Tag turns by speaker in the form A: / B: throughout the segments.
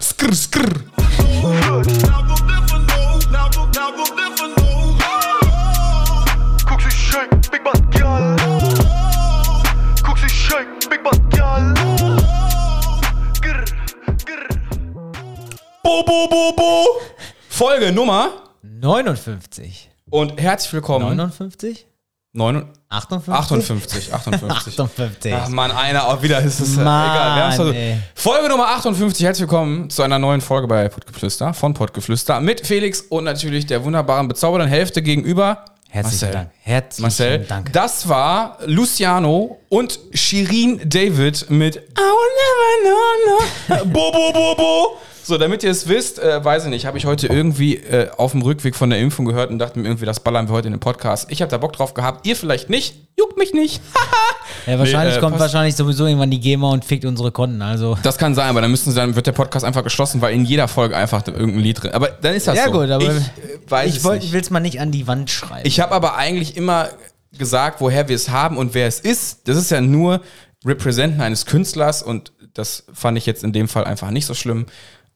A: Skrr, skrr. Bo, bo, bo, bo. Folge, Nummer
B: 59.
A: und herzlich willkommen.
B: 59?
A: Neun-
B: 58?
A: 58, 58.
B: 58.
A: Ach man, einer auch wieder ist es. äh,
B: Mann,
A: egal. Wir haben's versucht.
B: ey.
A: Folge Nummer 58. Herzlich willkommen zu einer neuen Folge bei Podgeflüster von Podgeflüster mit Felix und natürlich der wunderbaren bezaubernden Hälfte gegenüber.
B: Herzlichen
A: Marcel.
B: Dank. Herzlichen
A: Marcel,
B: Dank.
A: das war Luciano und Shirin David mit I will never know, no. Bo, bo, bo, bo. So, damit ihr es wisst, äh, weiß ich nicht, habe ich heute irgendwie äh, auf dem Rückweg von der Impfung gehört und dachte mir irgendwie, das ballern wir heute in den Podcast. Ich habe da Bock drauf gehabt, ihr vielleicht nicht, juckt mich nicht.
B: ja, wahrscheinlich
A: Nee, äh,
B: kommt
A: passt.
B: wahrscheinlich sowieso irgendwann die GEMA und fickt unsere Konten. Also
A: Das kann sein, aber dann müssen sie, dann wird der Podcast einfach geschlossen, weil in jeder Folge einfach irgendein Lied drin. Aber dann ist das
B: Ja,
A: so.
B: gut, aber
A: ich äh, weiß
B: ich
A: es
B: will
A: nicht.
B: es mal nicht an die Wand schreiben.
A: Ich habe aber eigentlich immer gesagt, woher wir es haben und wer es ist. Das ist ja nur Representen eines Künstlers und das fand ich jetzt in dem Fall einfach nicht so schlimm.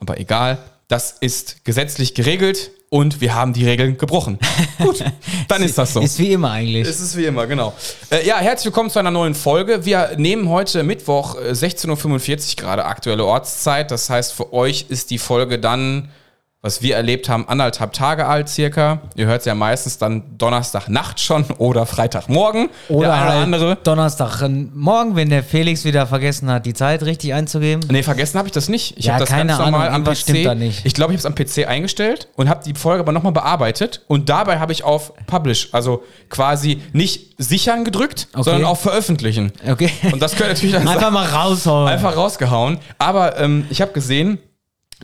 A: Aber egal, das ist gesetzlich geregelt und wir haben die Regeln gebrochen. Gut, dann ist das so.
B: Ist wie immer eigentlich.
A: Es ist wie immer, genau. Äh, ja, herzlich willkommen zu einer neuen Folge. Wir nehmen heute Mittwoch äh, 16.45 Uhr gerade aktuelle Ortszeit. Das heißt, für euch ist die Folge dann, was wir erlebt haben, anderthalb Tage alt circa. Ihr hört es ja meistens dann Donnerstagnacht schon oder Freitagmorgen.
B: Oder
A: Der eine
B: halt
A: andere.
B: Donnerstag ähm, morgen, wenn der Felix wieder vergessen hat, die Zeit richtig einzugeben.
A: Nee, vergessen habe ich das nicht. Ich
B: Ja,
A: habe das
B: keine
A: ganz
B: Ahnung,
A: normal am PC.
B: irgendwas stimmt da nicht.
A: Ich glaube, ich habe es am PC eingestellt und habe die Folge aber nochmal bearbeitet. Und dabei habe ich auf Publish, also quasi nicht sichern gedrückt,
B: Okay.
A: sondern auf Veröffentlichen.
B: Okay.
A: Und das könnte natürlich dann
B: Einfach mal raushauen.
A: einfach rausgehauen. Aber ähm, ich habe gesehen,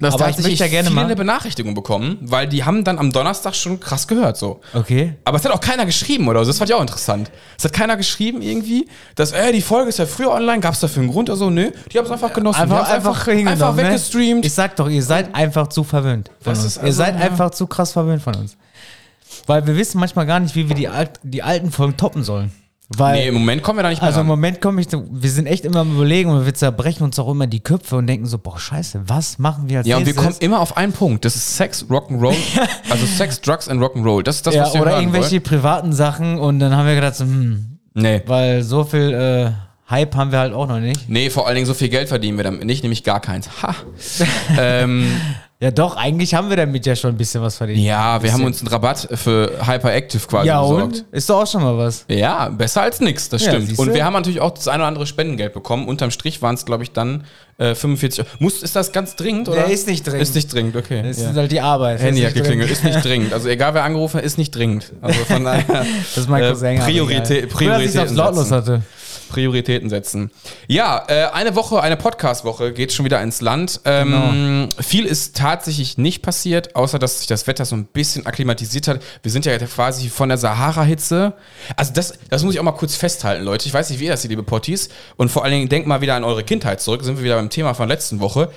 A: dass
B: Aber ich
A: tatsächlich
B: möchte ja gerne
A: viele
B: mal-
A: Benachrichtigungen bekommen, weil die haben dann am Donnerstag schon krass gehört so.
B: Okay.
A: Aber es hat auch keiner geschrieben oder so. Das fand ich auch interessant. Es hat keiner geschrieben irgendwie, dass, ey, die Folge ist ja früher online, gab es dafür einen Grund oder so? Nö, die haben es einfach genossen. die haben's einfach
B: hingenommen, ne?
A: weggestreamt.
B: Ich sag doch, ihr seid einfach zu verwöhnt von
A: Das
B: uns.
A: ist
B: ihr
A: also,
B: seid
A: ja.
B: einfach zu krass verwöhnt von uns. Weil wir wissen manchmal gar nicht, wie wir die, alt, die alten Folgen toppen sollen. Weil,
A: Nee, im Moment kommen wir da nicht mehr
B: also im
A: ran.
B: Moment komme ich, zu- wir sind echt immer am überlegen und wir zerbrechen uns auch immer die Köpfe und denken so, boah, scheiße, was machen wir als
A: Ja, und wir
B: nächstes?
A: kommen immer auf einen Punkt. Das ist Sex, Rock'n'Roll. also Sex, Drugs and Rock'n'Roll. Das ist das,
B: ja,
A: was wir
B: oder
A: hören
B: irgendwelche privaten Sachen und dann haben wir gedacht, so, hm,
A: wollen. Nee.
B: weil so viel äh, Hype haben wir halt auch noch nicht.
A: Nee, vor allen Dingen so viel Geld verdienen wir damit nicht, nämlich gar keins. Ha. ähm,
B: Ja, doch, eigentlich haben wir damit ja schon ein bisschen was verdient.
A: ja, wir haben uns einen Rabatt für Hyperactive quasi
B: ja
A: besorgt.
B: und? Ist doch auch schon mal was.
A: Ja, besser als nix, das
B: Ja,
A: stimmt.
B: siehste.
A: und wir haben natürlich auch das eine oder andere Spendengeld bekommen. Unterm Strich waren es, glaube ich, dann äh, 45 Euro. Muss, ist das ganz dringend, oder?
B: Nee, ist nicht dringend.
A: Ist nicht dringend, okay.
B: Das
A: ja.
B: ist halt die Arbeit.
A: Handy
B: Das
A: hat
B: ist nicht
A: geklingelt, ist nicht dringend. Also egal, wer angerufen hat, ist nicht dringend. Also von daher
B: Das ist mein
A: Äh,
B: Cousin. aber
A: Priorität-
B: egal. Früher, als ich's
A: Prioritäten
B: aufs lautlos
A: setzen.
B: hatte.
A: Prioritäten setzen. Ja, äh, eine Woche, eine Podcast-Woche geht schon wieder ins Land. Ähm, Viel ist tatsächlich nicht passiert, außer dass sich das Wetter so ein bisschen akklimatisiert hat. Wir sind ja jetzt quasi von der Sahara-Hitze. Also das, das muss ich auch mal kurz festhalten, Leute. Ich weiß nicht, wie ihr das seht, liebe Potties. Und vor allen Dingen, denkt mal wieder an eure Kindheit zurück. Sind wir wieder beim Thema von letzten Woche.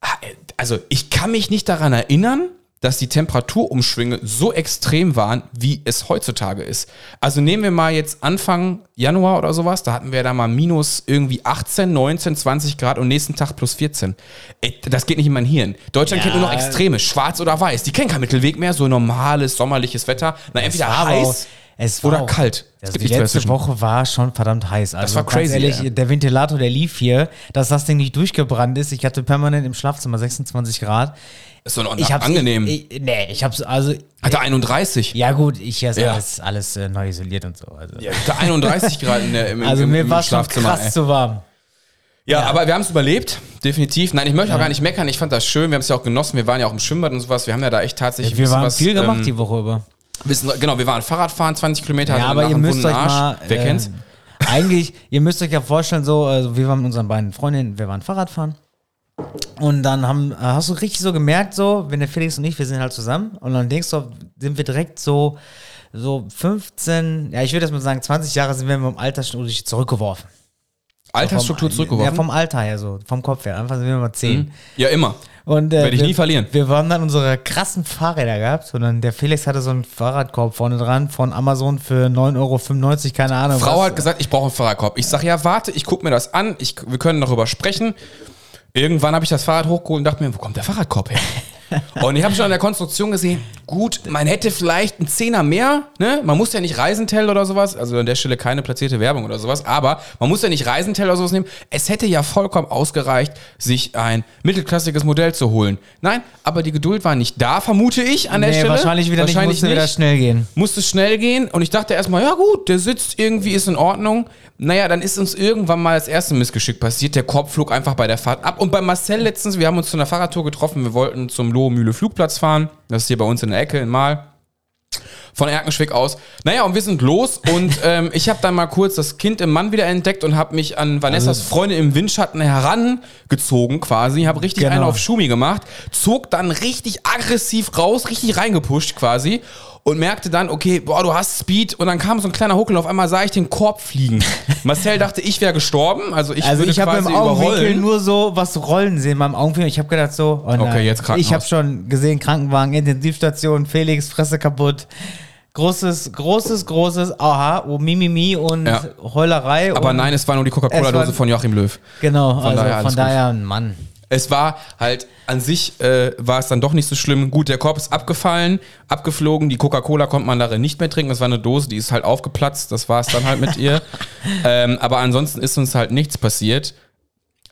A: Ah, äh, Also ich kann mich nicht daran erinnern, dass die Temperaturumschwünge so extrem waren, wie es heutzutage ist. Also nehmen wir mal jetzt Anfang Januar oder sowas, da hatten wir da mal minus irgendwie 18, 19, 20 Grad und nächsten Tag plus 14. Ey, das geht nicht in mein Hirn. Deutschland kennt nur noch
B: Ja.
A: Extreme, schwarz oder weiß. Die kennen keinen Mittelweg mehr, so normales sommerliches Wetter. Na, entweder heiß
B: es war
A: oder
B: auch-
A: kalt. Es
B: Also
A: gibt
B: die
A: nichts mehr
B: letzte
A: dazwischen.
B: Woche war schon verdammt heiß. Also
A: war
B: ganz
A: crazy,
B: Ehrlich,
A: ey.
B: der Ventilator, der lief hier, dass das Ding nicht durchgebrannt ist. Ich hatte permanent im Schlafzimmer 26 Grad.
A: Ist doch noch
B: Ich hab's
A: angenehm.
B: Ich, ich, nee, ich hab's also.
A: Hatte 31.
B: Ja gut, ich habe
A: Ja.
B: alles, alles äh, neu isoliert und so. Also,
A: Hatte 31 Grad in der, im,
B: also
A: im, im,
B: mir war schon
A: Schlafzimmer.
B: krass
A: ey.
B: zu warm.
A: Ja, aber wir haben es überlebt, definitiv. Nein, ich möchte auch gar nicht meckern. Ich fand das schön. Wir haben es ja auch genossen. Wir waren ja auch im Schwimmbad und sowas. Wir haben ja da echt tatsächlich
B: Wir
A: ein bisschen
B: haben
A: was,
B: viel gemacht
A: ähm,
B: die Woche über.
A: wissen, genau, wir waren Fahrradfahren, 20 Kilometer.
B: Ja,
A: hatten
B: aber
A: danach
B: ihr
A: einen
B: müsst
A: wunden
B: euch mal.
A: Wer
B: äh,
A: kennt's?
B: Eigentlich, ihr müsst euch ja vorstellen, so, also wir waren mit unseren beiden Freundinnen, wir waren Fahrradfahren. Und dann haben, äh, hast du richtig so gemerkt, so, wenn der Felix und ich, wir sind halt zusammen. Und dann denkst du, sind wir direkt so, so 15, ja, ich würde das mal sagen, 20 Jahre sind wir im Alter schon zurückgeworfen.
A: Altersstruktur
B: Ja,
A: zurückgeworfen? Mhm. Hm?
B: vom Alter her so, vom Kopf her. Einfach sind wir mal zehn.
A: ja, immer.
B: Und, äh,
A: Werd ich
B: wir,
A: nie verlieren.
B: Wir haben dann unsere krassen Fahrräder gehabt, sondern der Felix hatte so einen Fahrradkorb vorne dran von Amazon für 9,95 Euro, keine Ahnung.
A: Frau
B: was.
A: hat gesagt, ich brauche einen Fahrradkorb. Ich sage, ja, warte, ich gucke mir das an, ich, wir können darüber sprechen. Irgendwann habe ich das Fahrrad hochgeholt und dachte mir, wo kommt der Fahrradkorb her? und ich habe schon an der Konstruktion gesehen, gut, man hätte vielleicht einen Zehner mehr, ne? Man muss ja nicht Reisentel oder sowas, also an der Stelle keine platzierte Werbung oder sowas, aber man muss ja nicht Reisentel oder sowas nehmen. Es hätte ja vollkommen ausgereicht, sich ein mittelklassiges Modell zu holen. Nein, aber die Geduld war nicht da, vermute ich an der
B: nee,
A: Stelle.
B: wahrscheinlich wieder nicht, musste wieder schnell gehen.
A: musste schnell gehen und ich dachte erstmal, ja gut, der sitzt irgendwie, ist in Ordnung. Naja, dann ist uns irgendwann mal das erste Missgeschick passiert. Der Korb flog einfach bei der Fahrt ab. Und bei Marcel letztens, wir haben uns zu einer Fahrradtour getroffen, wir wollten zum Lohmühle Flugplatz fahren. Das ist hier bei uns in der Ecke in Mal. Von Erkenschwick aus. Naja, und wir sind los und ähm, ich habe dann mal kurz das Kind im Mann wieder entdeckt und habe mich an
B: Also
A: Vanessas Freundin im Windschatten herangezogen quasi. Habe richtig
B: Genau.
A: einen auf Schumi gemacht, zog dann richtig aggressiv raus, richtig reingepusht quasi und merkte dann, okay, boah, du hast Speed und dann kam so ein kleiner Huckel und auf einmal sah ich den Korb fliegen. Marcel dachte, ich wäre gestorben, also ich
B: Also
A: würde
B: ich habe im
A: quasi
B: Augenwinkel
A: überrollen.
B: nur so was rollen sehen, beim Augenwinkel. Ich habe gedacht so, oh nein.
A: Okay, jetzt Krankenhaus.
B: Ich habe schon gesehen, Krankenwagen, Intensivstation, Felix, Fresse kaputt. Großes, großes, großes Aha, oh, Mimimi und
A: Ja.
B: Heulerei.
A: Aber
B: und,
A: nein, es war nur die
B: Es
A: Coca-Cola-Dose
B: war-
A: von Joachim Löw.
B: Genau, also
A: daher alles
B: von daher, Mann.
A: Es war halt an sich, äh, war es dann doch nicht so schlimm. Gut, der Korb ist abgefallen, abgeflogen. Die Coca-Cola konnte man darin nicht mehr trinken. Das war eine Dose, die ist halt aufgeplatzt. Das war es dann halt mit ihr. Ähm, aber ansonsten ist uns halt nichts passiert.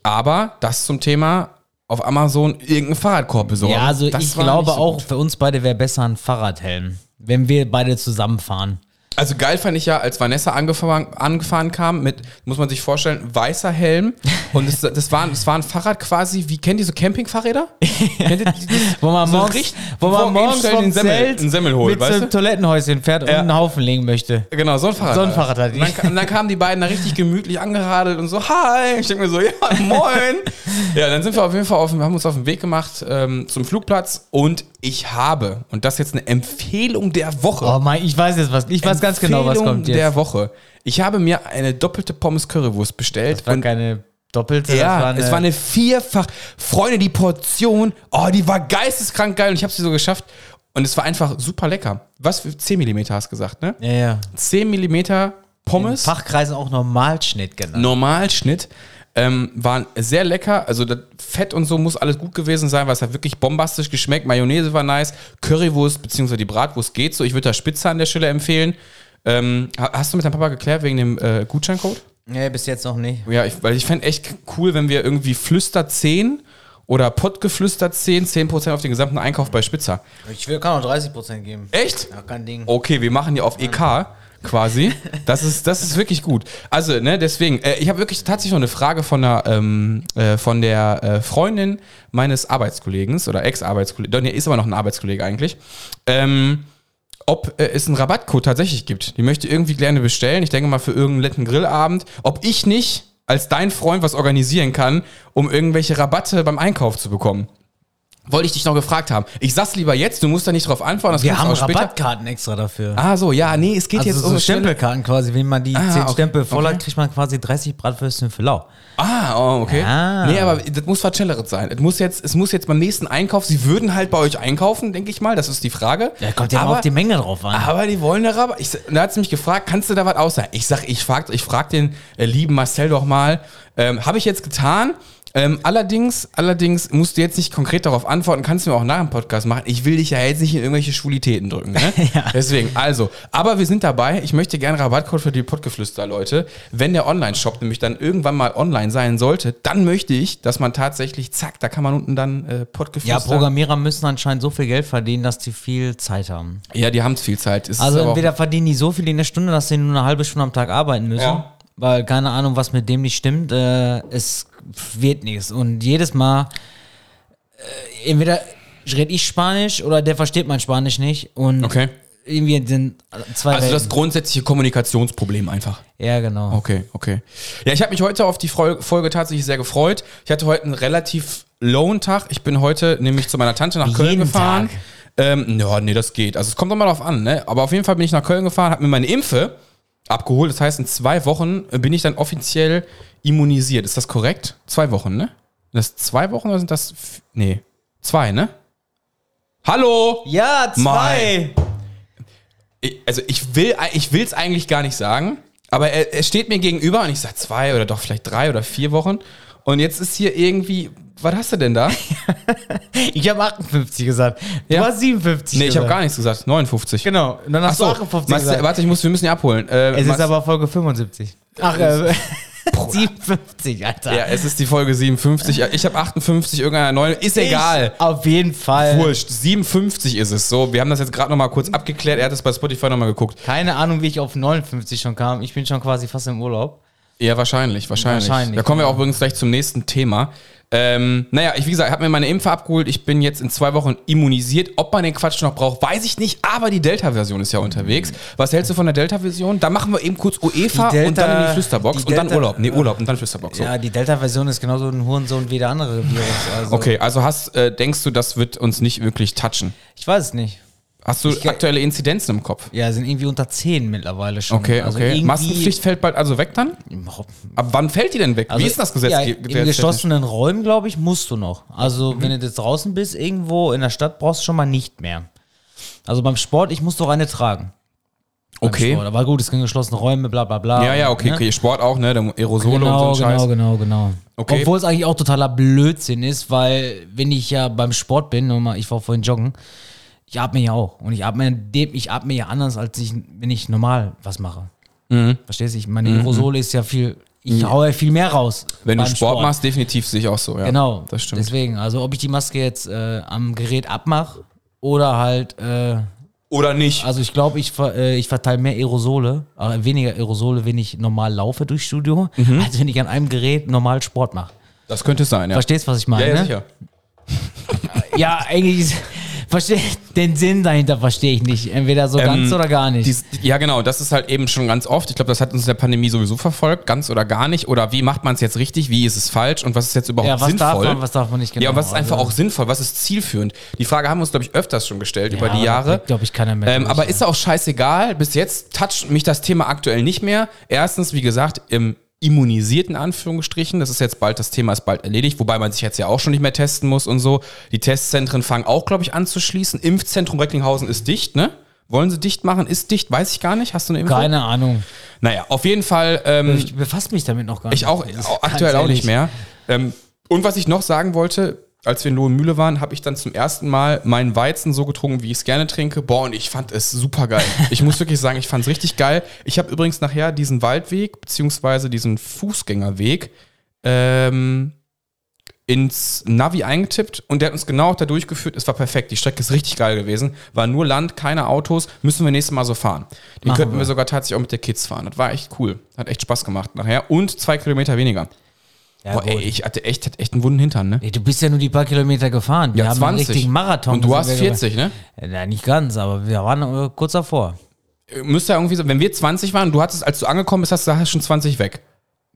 A: Aber das zum Thema auf Amazon irgendeinen Fahrradkorb besorgen.
B: Ja, also
A: das
B: ich
A: war
B: glaube
A: nicht so
B: auch,
A: gut.
B: für uns beide wäre besser ein Fahrradhelm, wenn wir beide zusammenfahren.
A: Also geil fand ich ja, als Vanessa angefahren, angefahren kam mit, muss man sich vorstellen, weißer Helm. Und es, das, war, das war ein Fahrrad quasi, wie kennt ihr so Campingfahrräder? kennt ihr die- die-
B: Wo man
A: So
B: morgens,
A: richtig-
B: wo man
A: vor-
B: morgens
A: hinstellen,
B: vom
A: den Semmel-
B: Zelt
A: einen Semmel holt,
B: mit
A: weißt
B: so einem
A: du?
B: Toilettenhäuschen fährt und
A: Ja.
B: einen Haufen legen möchte.
A: Genau, so ein Fahrrad.
B: So ein Fahrrad hatte
A: Und dann,
B: ich.
A: ka- und dann kamen die beiden da richtig gemütlich angeradelt und so, hi. Ich denke mir so, ja, moin. ja, dann sind wir auf jeden Fall auf, dem- haben uns auf den Weg gemacht ähm, zum Flugplatz und ich habe, und das ist jetzt eine Empfehlung der Woche.
B: Oh mein, ich weiß jetzt was, ich weiß ganz genau, was
A: Empfehlung
B: kommt jetzt.
A: der Woche. Ich habe mir eine doppelte Pommes Currywurst bestellt.
B: war
A: und
B: keine doppelte,
A: ja,
B: das war eine,
A: es war eine vierfach. Freunde, die Portion, oh, die war geisteskrank geil und ich habe sie so geschafft. Und es war einfach super lecker. Was für 10 Millimeter hast du gesagt, ne?
B: ja, ja.
A: 10 Millimeter Pommes.
B: Fachkreisen auch Normalschnitt genannt.
A: Normalschnitt. Ähm, waren sehr lecker, also das Fett und so muss alles gut gewesen sein, weil es hat wirklich bombastisch geschmeckt. Mayonnaise war nice, Currywurst bzw. die Bratwurst geht so. Ich würde da Spitze an der Stelle empfehlen. Ähm, ha- hast du mit deinem Papa geklärt wegen dem äh, Gutscheincode?
B: Nee, bis jetzt noch nicht.
A: Ja, ich, weil ich fände echt cool, wenn wir irgendwie Flüster 10 oder Pottgeflüster 10, 10% auf den gesamten Einkauf bei Spitzer.
B: Ich will, kann auch 30% geben.
A: Echt?
B: Ja, kein Ding.
A: Okay, wir machen ja auf EK quasi. Das ist, das ist wirklich gut. Also, ne, deswegen, äh, ich habe wirklich tatsächlich noch eine Frage von der, ähm, äh, von der äh, Freundin meines Arbeitskollegen oder Ex-Arbeitskollegen, doch, nee, ist aber noch ein Arbeitskollege eigentlich, ähm, ob äh, es einen Rabattcode tatsächlich gibt. Die möchte irgendwie gerne bestellen, ich denke mal für irgendeinen netten Grillabend, ob ich nicht als dein Freund was organisieren kann, um irgendwelche Rabatte beim Einkauf zu bekommen. Wollte ich dich noch gefragt haben. Ich sag's lieber jetzt, du musst da nicht drauf antworten. Das
B: Wir
A: kannst du
B: haben
A: auch später-
B: Rabattkarten extra dafür.
A: Ah, so, ja, nee, es geht
B: also
A: jetzt
B: so
A: um
B: Stempelkarten quasi, wenn man die
A: Ah,
B: 10
A: okay.
B: Stempel voll hat,
A: Okay.
B: kriegt man quasi 30 Bratwürstchen für lau.
A: Ah, oh, okay.
B: Ah.
A: Nee, aber das muss was Schnelleres sein. Es muss, jetzt, es muss jetzt beim nächsten Einkauf, sie würden halt bei euch einkaufen, denke ich mal, das ist die Frage.
B: Da kommt ja
A: aber,
B: immer auf die Menge drauf an.
A: aber die wollen da Rabatt. Ich, da hat sie mich gefragt, kannst du da was aussagen? Ich sag, ich frag, ich frag den äh, lieben Marcel doch mal. Ähm, Habe ich jetzt getan. Ähm, allerdings, allerdings musst du jetzt nicht konkret darauf antworten, kannst du mir auch nach dem Podcast machen. Ich will dich ja jetzt nicht in irgendwelche Schwulitäten drücken. Ne?
B: Ja.
A: Deswegen, also, aber wir sind dabei. Ich möchte gerne Rabattcode für die Pottgeflüster, Leute. Wenn der Online-Shop nämlich dann irgendwann mal online sein sollte, dann möchte ich, dass man tatsächlich, zack, da kann man unten dann äh,
B: Ja,
A: Pottgeflüster.
B: Programmierer müssen anscheinend so viel Geld verdienen, dass die viel Zeit haben.
A: ja, die haben es viel Zeit. Es
B: Also
A: ist aber auch-
B: entweder verdienen die so viel in der Stunde, dass sie nur eine halbe Stunde am Tag arbeiten müssen.
A: Ja.
B: Weil keine Ahnung, was mit dem nicht stimmt. Äh, es wird nichts. Und jedes Mal, äh, entweder rede ich Spanisch oder der versteht mein Spanisch nicht. Und
A: Okay.
B: irgendwie sind zwei
A: also das
B: Welten.
A: grundsätzliche Kommunikationsproblem einfach.
B: Ja, genau.
A: Okay, okay. Ja, ich habe mich heute auf die Fol- Folge tatsächlich sehr gefreut. Ich hatte heute einen relativ lowen Tag. Ich bin heute nämlich zu meiner Tante nach
B: Jeden
A: Köln gefahren.
B: Tag?
A: Ähm, ja, nee, das geht. Also es kommt doch mal drauf an, ne? Aber auf jeden Fall bin ich nach Köln gefahren, habe mir meine Impfe abgeholt. Das heißt, in zwei Wochen äh, bin ich dann offiziell immunisiert. Ist das korrekt? Zwei Wochen, ne? Sind das zwei Wochen oder sind das. f- Nee. Zwei, ne? Hallo!
B: Ja, zwei.
A: Ich- Also ich will ich will's eigentlich gar nicht sagen, aber er, er steht mir gegenüber und ich sag zwei oder doch vielleicht drei oder vier Wochen. Und jetzt ist hier irgendwie. Was hast du denn da?
B: Ich habe 58 gesagt. Du
A: Ja.
B: hast 57
A: Nee, ich habe
B: gesagt.
A: gar nichts gesagt. 59.
B: Genau. Und dann
A: Ach
B: hast
A: so,
B: du 58
A: Marcel,
B: gesagt.
A: warte, ich muss, wir müssen ihn abholen. Äh,
B: es ist
A: Marcel-
B: aber Folge 75. Ach, äh, 57, Alter.
A: ja, es ist die Folge 57. Ich habe 58, irgendeiner 9. Ist egal. Äh,
B: Ich, auf jeden Fall.
A: Wurscht. 57 ist es. So, wir haben das jetzt gerade nochmal kurz abgeklärt. Er hat es bei Spotify nochmal geguckt.
B: Keine Ahnung, wie ich auf 59 schon kam. Ich bin schon quasi fast im Urlaub.
A: Ja, wahrscheinlich, wahrscheinlich.
B: Wahrscheinlich,
A: da kommen wir
B: ja.
A: auch übrigens gleich zum nächsten Thema. Ähm, naja, ich, wie gesagt, habe mir meine Impfe abgeholt. Ich bin jetzt in zwei Wochen immunisiert. Ob man den Quatsch noch braucht, weiß ich nicht. Aber die Delta-Version ist ja unterwegs. Was hältst du von der Delta-Version? Da machen wir eben kurz UEFA
B: Die
A: und
B: Delta-
A: dann in die Flüsterbox
B: die
A: und dann
B: Delta-
A: Urlaub. Nee, Urlaub und dann Flüsterbox. So.
B: Ja, die Delta-Version ist genauso ein Hurensohn wie der andere Virus. Also,
A: Okay, also hast, äh, denkst du, das wird uns nicht wirklich touchen?
B: Ich weiß es nicht.
A: Hast du
B: glaub-
A: aktuelle Inzidenzen im Kopf?
B: Ja, sind irgendwie unter 10 mittlerweile schon.
A: Okay,
B: also
A: okay.
B: irgendwie-
A: Maskenpflicht fällt bald also weg dann?
B: Überhaupt-
A: Ab wann fällt die denn weg?
B: Also,
A: Wie ist das Gesetz?
B: Ja,
A: ge- Mhm.
B: in
A: gesetztechnisch?
B: geschlossenen Räumen, glaube ich, musst du noch. Also, wenn du jetzt draußen bist, irgendwo in der Stadt, brauchst du schon mal nicht mehr. Also beim Sport, ich muss doch eine tragen. beim
A: Okay.
B: Sport. Aber gut, es ging geschlossene Räume, bla bla bla.
A: Ja, ja, okay,
B: Ne?
A: okay. Sport auch, ne? Dann Aerosole
B: genau,
A: und so ein
B: genau,
A: Scheiß.
B: genau, genau.
A: Okay.
B: Obwohl es eigentlich auch totaler Blödsinn ist, weil wenn ich ja beim Sport bin, nochmal, ich war vorhin joggen, ich atme ja auch. Und ich atme, dem- ich atme ja anders, als ich, wenn ich normal was mache.
A: Mhm.
B: Verstehst du? Ich- Meine Aerosole ist ja viel, ich hau ja viel mehr raus.
A: Wenn du
B: beim
A: Sport, machst, definitiv sehe ich auch so, ja.
B: Genau.
A: Das stimmt.
B: Deswegen, also ob ich die Maske jetzt äh, am Gerät abmache oder halt, äh,
A: Oder nicht.
B: also ich glaube, ich, ver äh, ich verteile mehr Aerosole, äh, weniger Aerosole, wenn ich normal laufe durchs Studio, als wenn ich an einem Gerät normal Sport mache.
A: Das könnte es sein, Mhm. ja.
B: Verstehst, was ich ne?
A: ja,
B: meine?
A: ja, sicher.
B: Ja, eigentlich ist, versteh, den Sinn dahinter verstehe ich nicht. Entweder
A: Ähm,
B: so ganz oder gar nicht.
A: Dies, ja, genau, das ist halt eben schon ganz oft. Ich glaube, das hat uns in der Pandemie sowieso verfolgt, ganz oder gar nicht. Oder wie macht man es jetzt richtig, wie ist es falsch und was ist jetzt überhaupt
B: ja, was
A: sinnvoll?
B: darf man, was darf man nicht genau.
A: ja, und was ist einfach
B: also,
A: auch sinnvoll? Was ist zielführend? Die Frage haben wir uns, glaube ich, öfters schon gestellt über die Jahre.
B: Glaube ich, keiner mehr.
A: Ähm,
B: durch.
A: aber ist auch scheißegal. Bis jetzt toucht mich das Thema aktuell nicht mehr. Erstens, wie gesagt, im immunisierten Anführungsstrichen. Das ist jetzt bald, das Thema ist bald erledigt, wobei man sich jetzt ja auch schon nicht mehr testen muss und so. Die Testzentren fangen auch, glaube ich, an zu schließen. Impfzentrum Recklinghausen ist dicht, ne? Wollen sie dicht machen? Ist dicht, weiß ich gar nicht. Hast du eine Info?
B: keine Ahnung.
A: Naja, auf jeden Fall. Ähm,
B: Ich befasse mich damit noch gar nicht.
A: ich auch,
B: Das ist
A: auch
B: ganz
A: aktuell auch
B: ehrlich.
A: nicht mehr. Ähm, und was ich noch sagen wollte, als wir in Lohmühle waren, habe ich dann zum ersten Mal meinen Weizen so getrunken, wie ich es gerne trinke. Boah, und ich fand es super geil. Ich muss wirklich sagen, ich fand es richtig geil. Ich habe übrigens nachher diesen Waldweg, beziehungsweise diesen Fußgängerweg, ähm, ins Navi eingetippt und der hat uns genau da durchgeführt. Es war perfekt. Die Strecke ist richtig geil gewesen. War nur Land, keine Autos. Müssen wir nächstes Mal so fahren. Den
B: Machen
A: könnten wir.
B: wir.
A: sogar tatsächlich auch mit der Kids fahren. Das war echt cool. Hat echt Spaß gemacht nachher. Und zwei Kilometer weniger.
B: Ja,
A: Boah,
B: gut.
A: ey, ich hatte echt, hatte echt einen wunden Hintern, ne?
B: Nee, du bist ja nur die paar Kilometer gefahren. Wir haben einen richtigen Marathon.
A: Und du
B: sind
A: hast
B: wir gefahren.
A: 40, ne?
B: Ja, nicht ganz, aber wir waren äh, kurz davor.
A: Müsste ja irgendwie so, wenn wir 20 waren, du hattest, als du angekommen bist, hast du hast schon 20 weg.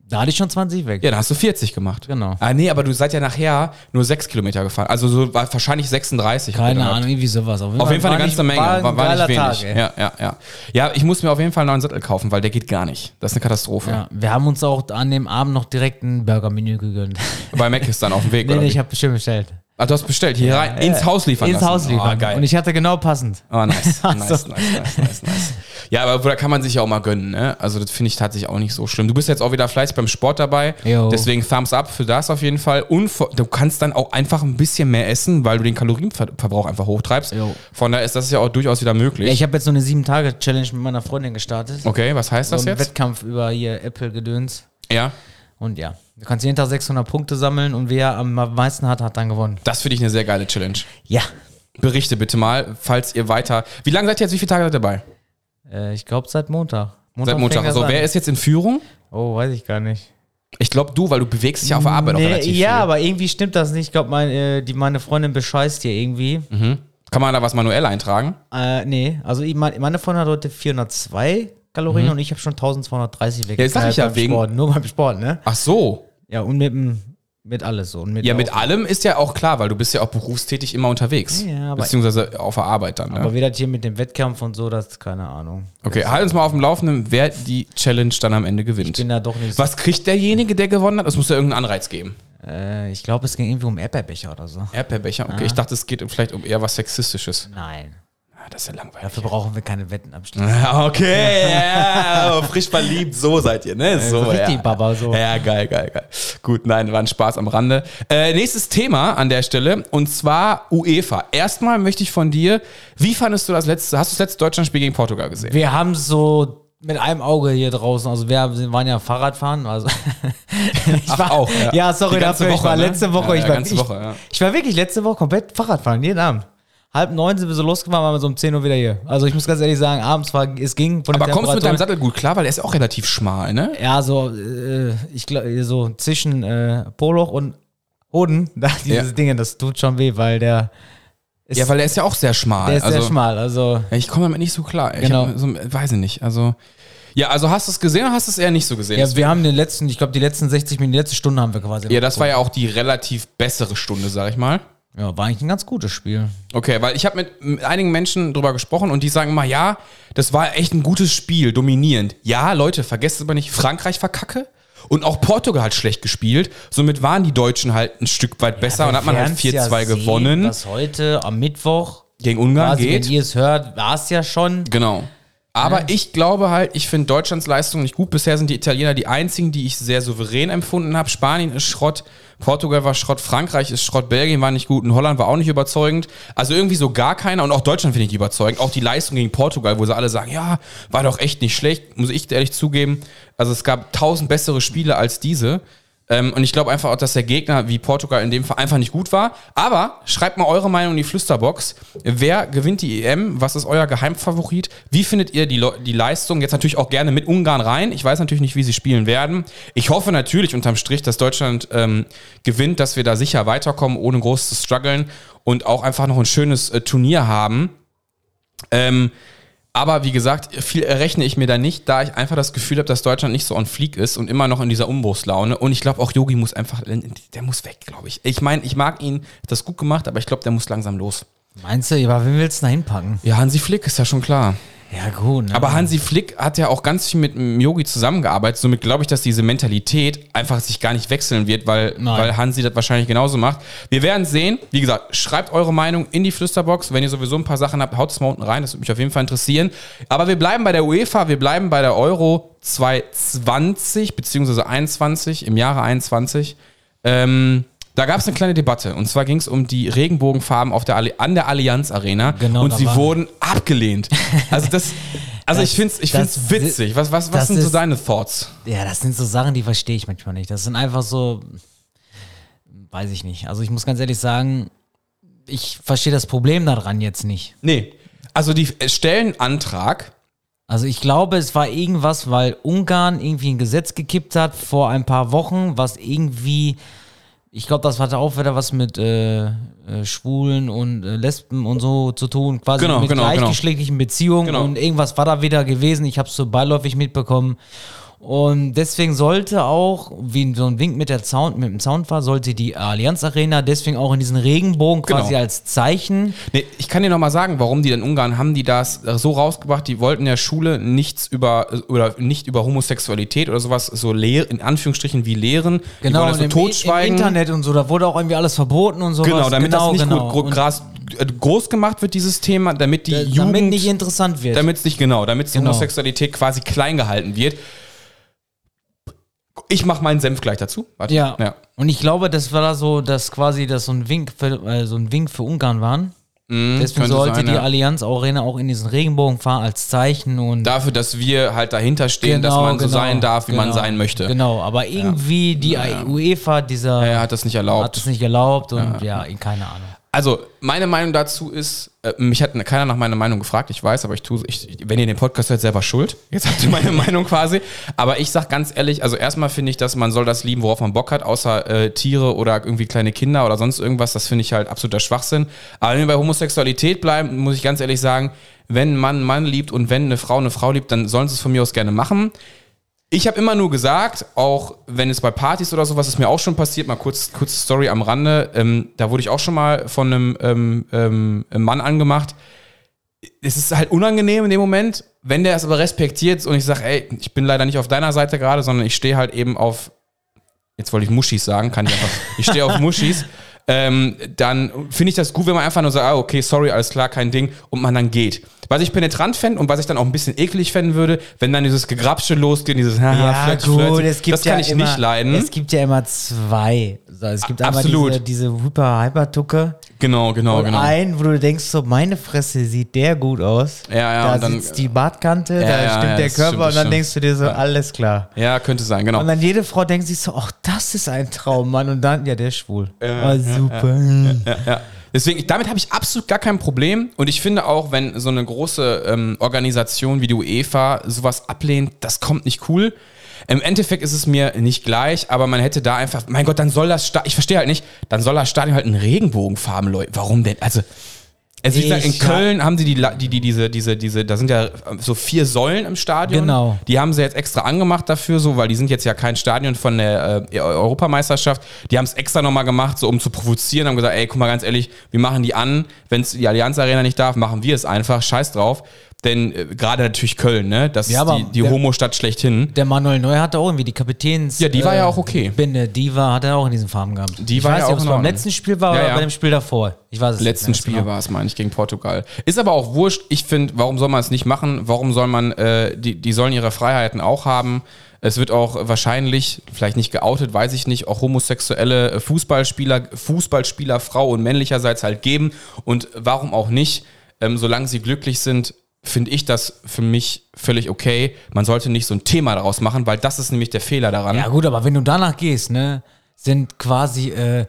B: Da hatte ich schon 20 weg.
A: Ja, dann hast du 40 gemacht.
B: Genau.
A: Ah, nee, aber du seid ja nachher nur 6 Kilometer gefahren. Also so war wahrscheinlich 36.
B: Keine
A: gehabt.
B: Ahnung, irgendwie sowas.
A: Auf jeden Fall eine
B: war
A: ganze
B: nicht-
A: Menge. War, war,
B: geiler
A: nicht wenig.
B: ey.
A: ja, ja, ja. Ja, ich muss mir auf jeden Fall einen neuen Sattel kaufen, weil der geht gar nicht. Das ist eine Katastrophe.
B: Ja, wir haben uns auch an dem Abend noch direkt ein Burger-Menü gegönnt.
A: Bei Mac ist dann auf dem Weg.
B: nee,
A: oder
B: nee,
A: wie?
B: ich habe bestimmt bestellt.
A: Ach, du hast bestellt. Hier rein. Ins Haus liefern.
B: Ins
A: lassen.
B: Haus liefern.
A: Ah, geil.
B: Und ich hatte genau passend.
A: Ah, nice.
B: Ach
A: Nice,
B: so.
A: nice, nice, nice, nice. Ja, aber da kann man sich ja auch mal gönnen, ne? Also, das finde ich tatsächlich auch nicht so schlimm. Du bist jetzt auch wieder fleißig beim Sport dabei.
B: Jo.
A: Deswegen Thumbs up für das auf jeden Fall. Und vor- du kannst dann auch einfach ein bisschen mehr essen, weil du den Kalorienverbrauch einfach hochtreibst.
B: Jo.
A: Von daher ist das ja auch durchaus wieder
B: Ja,
A: möglich.
B: ich habe jetzt so eine 7-Tage-Challenge mit meiner Freundin gestartet.
A: okay, was heißt das
B: so einen
A: jetzt?
B: Wettkampf über hier Apple-Gedöns.
A: Ja.
B: Und ja, du kannst jeden Tag 600 Punkte sammeln und wer am meisten hat, hat dann gewonnen.
A: Das finde ich eine sehr geile Challenge.
B: Ja.
A: Berichte bitte mal, falls ihr weiter. Wie lange seid ihr jetzt? Wie viele Tage seid ihr dabei?
B: Äh, ich glaube seit Montag.
A: Seit
B: fängt
A: Montag.
B: das
A: So,
B: an.
A: wer ist jetzt in Führung?
B: Oh, weiß ich gar nicht.
A: Ich glaube du, weil du bewegst dich auf der Arbeit auch
B: Nee,
A: relativ
B: ja,
A: viel.
B: aber irgendwie stimmt das nicht. Ich glaube, mein, äh, die- meine Freundin bescheißt hier irgendwie.
A: Mhm. Kann man da was manuell eintragen?
B: Äh, nee, also ich mein, meine Freundin hat heute 402 Kalorien und ich habe schon 1230 weg.
A: Mhm. Ja, das sag ich ja,
B: beim
A: wegen-
B: Sport, nur beim Sport, ne?
A: Ach so.
B: Ja, und mit dem, Mit alles so. Und mit
A: Ja, mit
B: auch-
A: allem ist ja auch klar, weil du bist ja auch berufstätig immer unterwegs.
B: Ja, aber-
A: beziehungsweise auf der Arbeit dann.
B: Aber
A: Ne?
B: wie das hier mit dem Wettkampf und so, das ist keine Ahnung.
A: Okay, halt uns mal auf dem Laufenden, wer die Challenge dann am Ende gewinnt.
B: Bin da doch nicht so.
A: Was kriegt derjenige, der gewonnen hat? Es muss ja irgendeinen Anreiz geben.
B: Äh, ich glaube, es ging irgendwie um Erdbeerbecher oder so.
A: Erdbeerbecher, okay.
B: Ah.
A: Ich dachte, es geht vielleicht um eher was Sexistisches.
B: Nein.
A: Ah, das ist ja Mhm. langweilig.
B: Dafür brauchen wir keine Wetten abschließen.
A: Okay, ja, frisch verliebt, so seid ihr, ne? So,
B: so richtig
A: ja.
B: Baba, so.
A: Ja, geil, geil, geil. Gut, nein, war ein Spaß am Rande. Äh, nächstes Thema an der Stelle und zwar UEFA. Erstmal möchte ich von dir, wie fandest du das letzte, hast du das letzte Deutschlandspiel gegen Portugal gesehen?
B: Wir haben so mit einem Auge hier draußen, also wir waren ja Fahrradfahren, also ich
A: Ach, auch, ja.
B: ja. sorry
A: Die ganze
B: dafür, ich
A: Woche,
B: war
A: ne?
B: letzte Woche,
A: Ja,
B: ich
A: ja,
B: war
A: ganze
B: ich,
A: Woche, ja.
B: ich war wirklich letzte Woche komplett Fahrradfahren, jeden Abend. Halb neun sind wir so losgefahren, waren wir so um 10 Uhr wieder hier. Also ich muss ganz ehrlich sagen, abends war es ging von den
A: Aber kommst du
B: Temperaturen-
A: mit deinem Sattel gut klar, weil er ist auch relativ schmal, ne?
B: Ja, so äh, ich glaube so zwischen äh, Poloch und Hoden, da dieses
A: Ja.
B: Ding, das tut schon weh, weil der ist,
A: Ja, weil er ist ja auch sehr schmal.
B: der ist
A: also,
B: sehr schmal, also
A: Ja, Ich komme damit nicht so klar. Ich
B: Genau.
A: hab so, weiß ich nicht. Also, ja, also hast du es gesehen oder hast du es eher nicht so gesehen?
B: ja, wir haben den letzten, ich glaube die letzten 60 Minuten, die letzte Stunde haben wir quasi.
A: Ja, das war ja auch die relativ bessere Stunde, sag ich mal.
B: Ja, war eigentlich ein ganz gutes Spiel.
A: Okay, weil ich habe mit, mit einigen Menschen drüber gesprochen und die sagen immer, ja, das war echt ein gutes Spiel, dominierend. Ja, Leute, vergesst aber nicht, Frankreich war kacke und auch Portugal hat schlecht gespielt. Somit waren die Deutschen halt ein Stück weit besser und hat man halt 4-2 gewonnen.
B: Was heute am Mittwoch
A: gegen Ungarn
B: quasi,
A: geht.
B: wenn ihr es hört, war es ja schon.
A: Genau. Aber ich glaube halt, ich finde Deutschlands Leistung nicht gut. Bisher sind die Italiener die einzigen, die ich sehr souverän empfunden habe. Spanien ist Schrott, Portugal war Schrott, Frankreich ist Schrott, Belgien war nicht gut und Holland war auch nicht überzeugend. Also irgendwie so gar keiner und auch Deutschland finde ich überzeugend. Auch die Leistung gegen Portugal, wo sie alle sagen, ja, war doch echt nicht schlecht, muss ich ehrlich zugeben. Also es gab tausend bessere Spiele als diese. Ähm, und ich glaube einfach auch, dass der Gegner wie Portugal in dem Fall einfach nicht gut war. Aber schreibt mal eure Meinung in die Flüsterbox. Wer gewinnt die EM? Was ist euer Geheimfavorit? Wie findet ihr die, Lo- die Leistung? Jetzt natürlich auch gerne mit Ungarn rein. Ich weiß natürlich nicht, wie sie spielen werden. Ich hoffe natürlich unterm Strich, dass Deutschland ähm, gewinnt, dass wir da sicher weiterkommen, ohne groß zu strugglen und auch einfach noch ein schönes äh, Turnier haben. Ähm, aber wie gesagt, viel errechne ich mir da nicht, da ich einfach das Gefühl habe, dass Deutschland nicht so on fleek ist und immer noch in dieser Umbruchslaune. Und ich glaube, auch Yogi muss einfach, äh, der muss weg, glaube ich. Ich meine, ich mag ihn, hat das gut gemacht, aber ich glaube, der muss langsam los.
B: Meinst du, aber wen willst du da hinpacken?
A: Ja, Hansi Flick ist ja schon klar.
B: Ja, gut. Ne?
A: Aber Hansi Flick hat ja auch ganz viel mit dem Yogi zusammengearbeitet. Somit glaube ich, dass diese Mentalität einfach sich gar nicht wechseln wird, weil,
B: Nein.
A: weil Hansi das wahrscheinlich genauso macht. Wir werden sehen. Wie gesagt, schreibt eure Meinung in die Flüsterbox. Wenn ihr sowieso ein paar Sachen habt, haut es mal unten rein. Das würde mich auf jeden Fall interessieren. Aber wir bleiben bei der UEFA, wir bleiben bei der Euro 2020 bzw. 21 im Jahre 21. Ähm, da gab es eine kleine Debatte und zwar ging es um die Regenbogenfarben auf der Alli an der Allianz Arena
B: Genau,
A: und
B: da
A: sie
B: waren-
A: wurden abgelehnt. Also das, also ich finde es ich
B: das-
A: find's witzig. Was, was, was
B: das
A: sind so
B: ist-
A: deine Thoughts?
B: ja, das sind so Sachen, die verstehe ich manchmal nicht. Das sind einfach so, weiß ich nicht. Also ich muss ganz ehrlich sagen, ich verstehe das Problem daran jetzt nicht.
A: Nee. Also die äh, stellen Antrag.
B: Also ich glaube, es war irgendwas, weil Ungarn irgendwie ein Gesetz gekippt hat vor ein paar Wochen, was irgendwie, ich glaube, das hatte auch wieder was mit äh, äh, Schwulen und äh, Lesben und so zu tun, quasi
A: Genau,
B: mit
A: genau, genau.
B: gleichgeschlechtlichen Beziehungen
A: Genau.
B: und irgendwas war da wieder gewesen. Ich habe es so beiläufig mitbekommen. Und deswegen sollte auch, wie so ein Wink mit, der Sound, mit dem Sound war, sollte die Allianz Arena deswegen auch in diesen Regenbogen
A: Genau.
B: quasi als Zeichen.
A: Nee, ich kann dir nochmal sagen, warum die in Ungarn haben die das äh, so rausgebracht, die wollten in der Schule nichts über äh, oder nicht über Homosexualität oder sowas so lehren, in Anführungsstrichen wie lehren.
B: Genau,
A: die wollen das so
B: und im, im
A: totschweigen.
B: Internet und so, da wurde auch irgendwie alles verboten und so.
A: Genau, damit das nicht gut gro-
B: Und
A: gras- äh, groß gemacht wird, dieses Thema, damit die
B: da-
A: Jugend.
B: damit nicht interessant wird.
A: Damit es nicht genau, damit die
B: Genau.
A: Homosexualität quasi klein gehalten wird. Ich mache meinen Senf gleich dazu. Warte.
B: ja.
A: ja.
B: Und ich glaube, das war da so, dass quasi das so ein Wink für, äh, so ein Wink für Ungarn waren. Deswegen
A: Mhm, könnte
B: sollte
A: sein,
B: die
A: ja.
B: Allianz Arena auch in diesen Regenbogen fahren als Zeichen und
A: Dafür, dass wir halt dahinter stehen, dass man so sein darf, wie man
B: genau,
A: sein möchte.
B: Genau, aber irgendwie die UEFA dieser
A: Er hat das nicht
B: hat
A: erlaubt.
B: es nicht erlaubt und ja, keine Ahnung.
A: Also, meine Meinung dazu ist, äh, mich hat keiner nach meiner Meinung gefragt, ich weiß, aber ich tue, ich, wenn ihr den Podcast hört, selber schuld. Jetzt habt ihr meine Meinung quasi. Aber ich sag ganz ehrlich, also erstmal finde ich, dass man soll das lieben, worauf man Bock hat, außer äh, Tiere oder irgendwie kleine Kinder oder sonst irgendwas. Das finde ich halt absoluter Schwachsinn. Aber wenn wir bei Homosexualität bleiben, muss ich ganz ehrlich sagen, wenn ein Mann einen Mann liebt und wenn eine Frau eine Frau liebt, dann sollen sie es von mir aus gerne machen. Ich habe immer nur gesagt, auch wenn es bei Partys oder sowas ist mir auch schon passiert, mal kurz kurze Story am Rande, ähm, da wurde ich auch schon mal von einem ähm, ähm, Mann angemacht. Es ist halt unangenehm in dem Moment, wenn der es aber respektiert und ich sage, ey, ich bin leider nicht auf deiner Seite gerade, sondern ich stehe halt eben auf, jetzt wollte ich Muschis sagen, kann ich einfach, ich stehe auf Muschis, ähm, dann finde ich das gut, wenn man einfach nur sagt, ah, okay, sorry, alles klar, kein Ding, und man dann geht. Was ich penetrant fände und was ich dann auch ein bisschen eklig fänden würde, wenn dann dieses Gegrapsche losgeht, dieses Haha,
B: Ja,
A: Flirt,
B: gut,
A: Flirt,
B: es gibt
A: das kann
B: ja
A: ich
B: immer,
A: nicht leiden.
B: Es gibt ja immer zwei. So, es gibt einmal
A: Absolut.
B: diese, diese Hyper-Hyper-Tucke
A: genau, genau,
B: und
A: genau.
B: einen, wo du denkst, so meine Fresse sieht der gut aus.
A: Ja, ja,
B: da
A: und dann-
B: sitzt die Bartkante, da
A: ja,
B: stimmt
A: ja,
B: der
A: das
B: Körper
A: stimmt, das
B: und dann
A: stimmt.
B: denkst du dir so, alles klar.
A: Ja, könnte sein,
B: Und
A: genau.
B: dann jede Frau denkt sich so, ach, das ist ein Traum, Mann. Und dann, ja, der ist schwul. Ah, super.
A: Ja, ja. Deswegen, damit habe ich absolut gar kein Problem. Und ich finde auch, wenn so eine große ähm, Organisation wie die UEFA sowas ablehnt, das kommt nicht cool. Im Endeffekt ist es mir nicht gleich, aber man hätte da einfach, mein Gott, dann soll das Stadion, ich verstehe halt nicht, dann soll das Stadion halt einen Regenbogenfarben läuten. Warum denn? Also, also wie gesagt, in
B: Ich hab-
A: Köln haben sie die, La- die, die, diese, diese, diese, da sind ja äh, so vier Säulen im Stadion.
B: Genau.
A: Die haben sie jetzt extra angemacht dafür, so, weil die sind jetzt ja kein Stadion von der äh, Europameisterschaft. Die haben es extra nochmal gemacht, so um zu provozieren, haben gesagt, ey, guck mal ganz ehrlich, wir machen die an, wenn es die Allianz Arena nicht darf, machen wir es einfach, scheiß drauf. Denn äh, gerade natürlich Köln, ne? Das
B: Ja,
A: ist
B: aber
A: die, die
B: der-
A: Homo-Stadt schlechthin.
B: Der Manuel Neuer hatte auch irgendwie die Kapitäns. äh,
A: Ja, die war ja auch okay.
B: Binde, die war, hat er auch in diesen Farben gehabt.
A: Die
B: ich
A: war
B: weiß
A: ja
B: nicht,
A: auch
B: ob es
A: in
B: beim
A: Ordnung.
B: letzten Spiel war
A: Ja,
B: oder
A: ja.
B: bei dem Spiel davor. Ich weiß es
A: letzten
B: nicht. mehr
A: Spiel
B: genau.
A: war es, meine ich, gegen Portugal. Ist aber auch wurscht. Ich finde, warum soll man es nicht machen? Warum soll man, äh, die, die sollen ihre Freiheiten auch haben. Es wird auch wahrscheinlich, vielleicht nicht geoutet, weiß ich nicht, auch homosexuelle äh, Fußballspieler, Fußballspieler, Frau und männlicherseits halt geben. Und warum auch nicht? Ähm, solange sie glücklich sind, finde ich das für mich völlig okay. Man sollte nicht so ein Thema daraus machen, weil das ist nämlich der Fehler daran.
B: Ja, gut, aber wenn du danach gehst, ne, sind quasi, äh,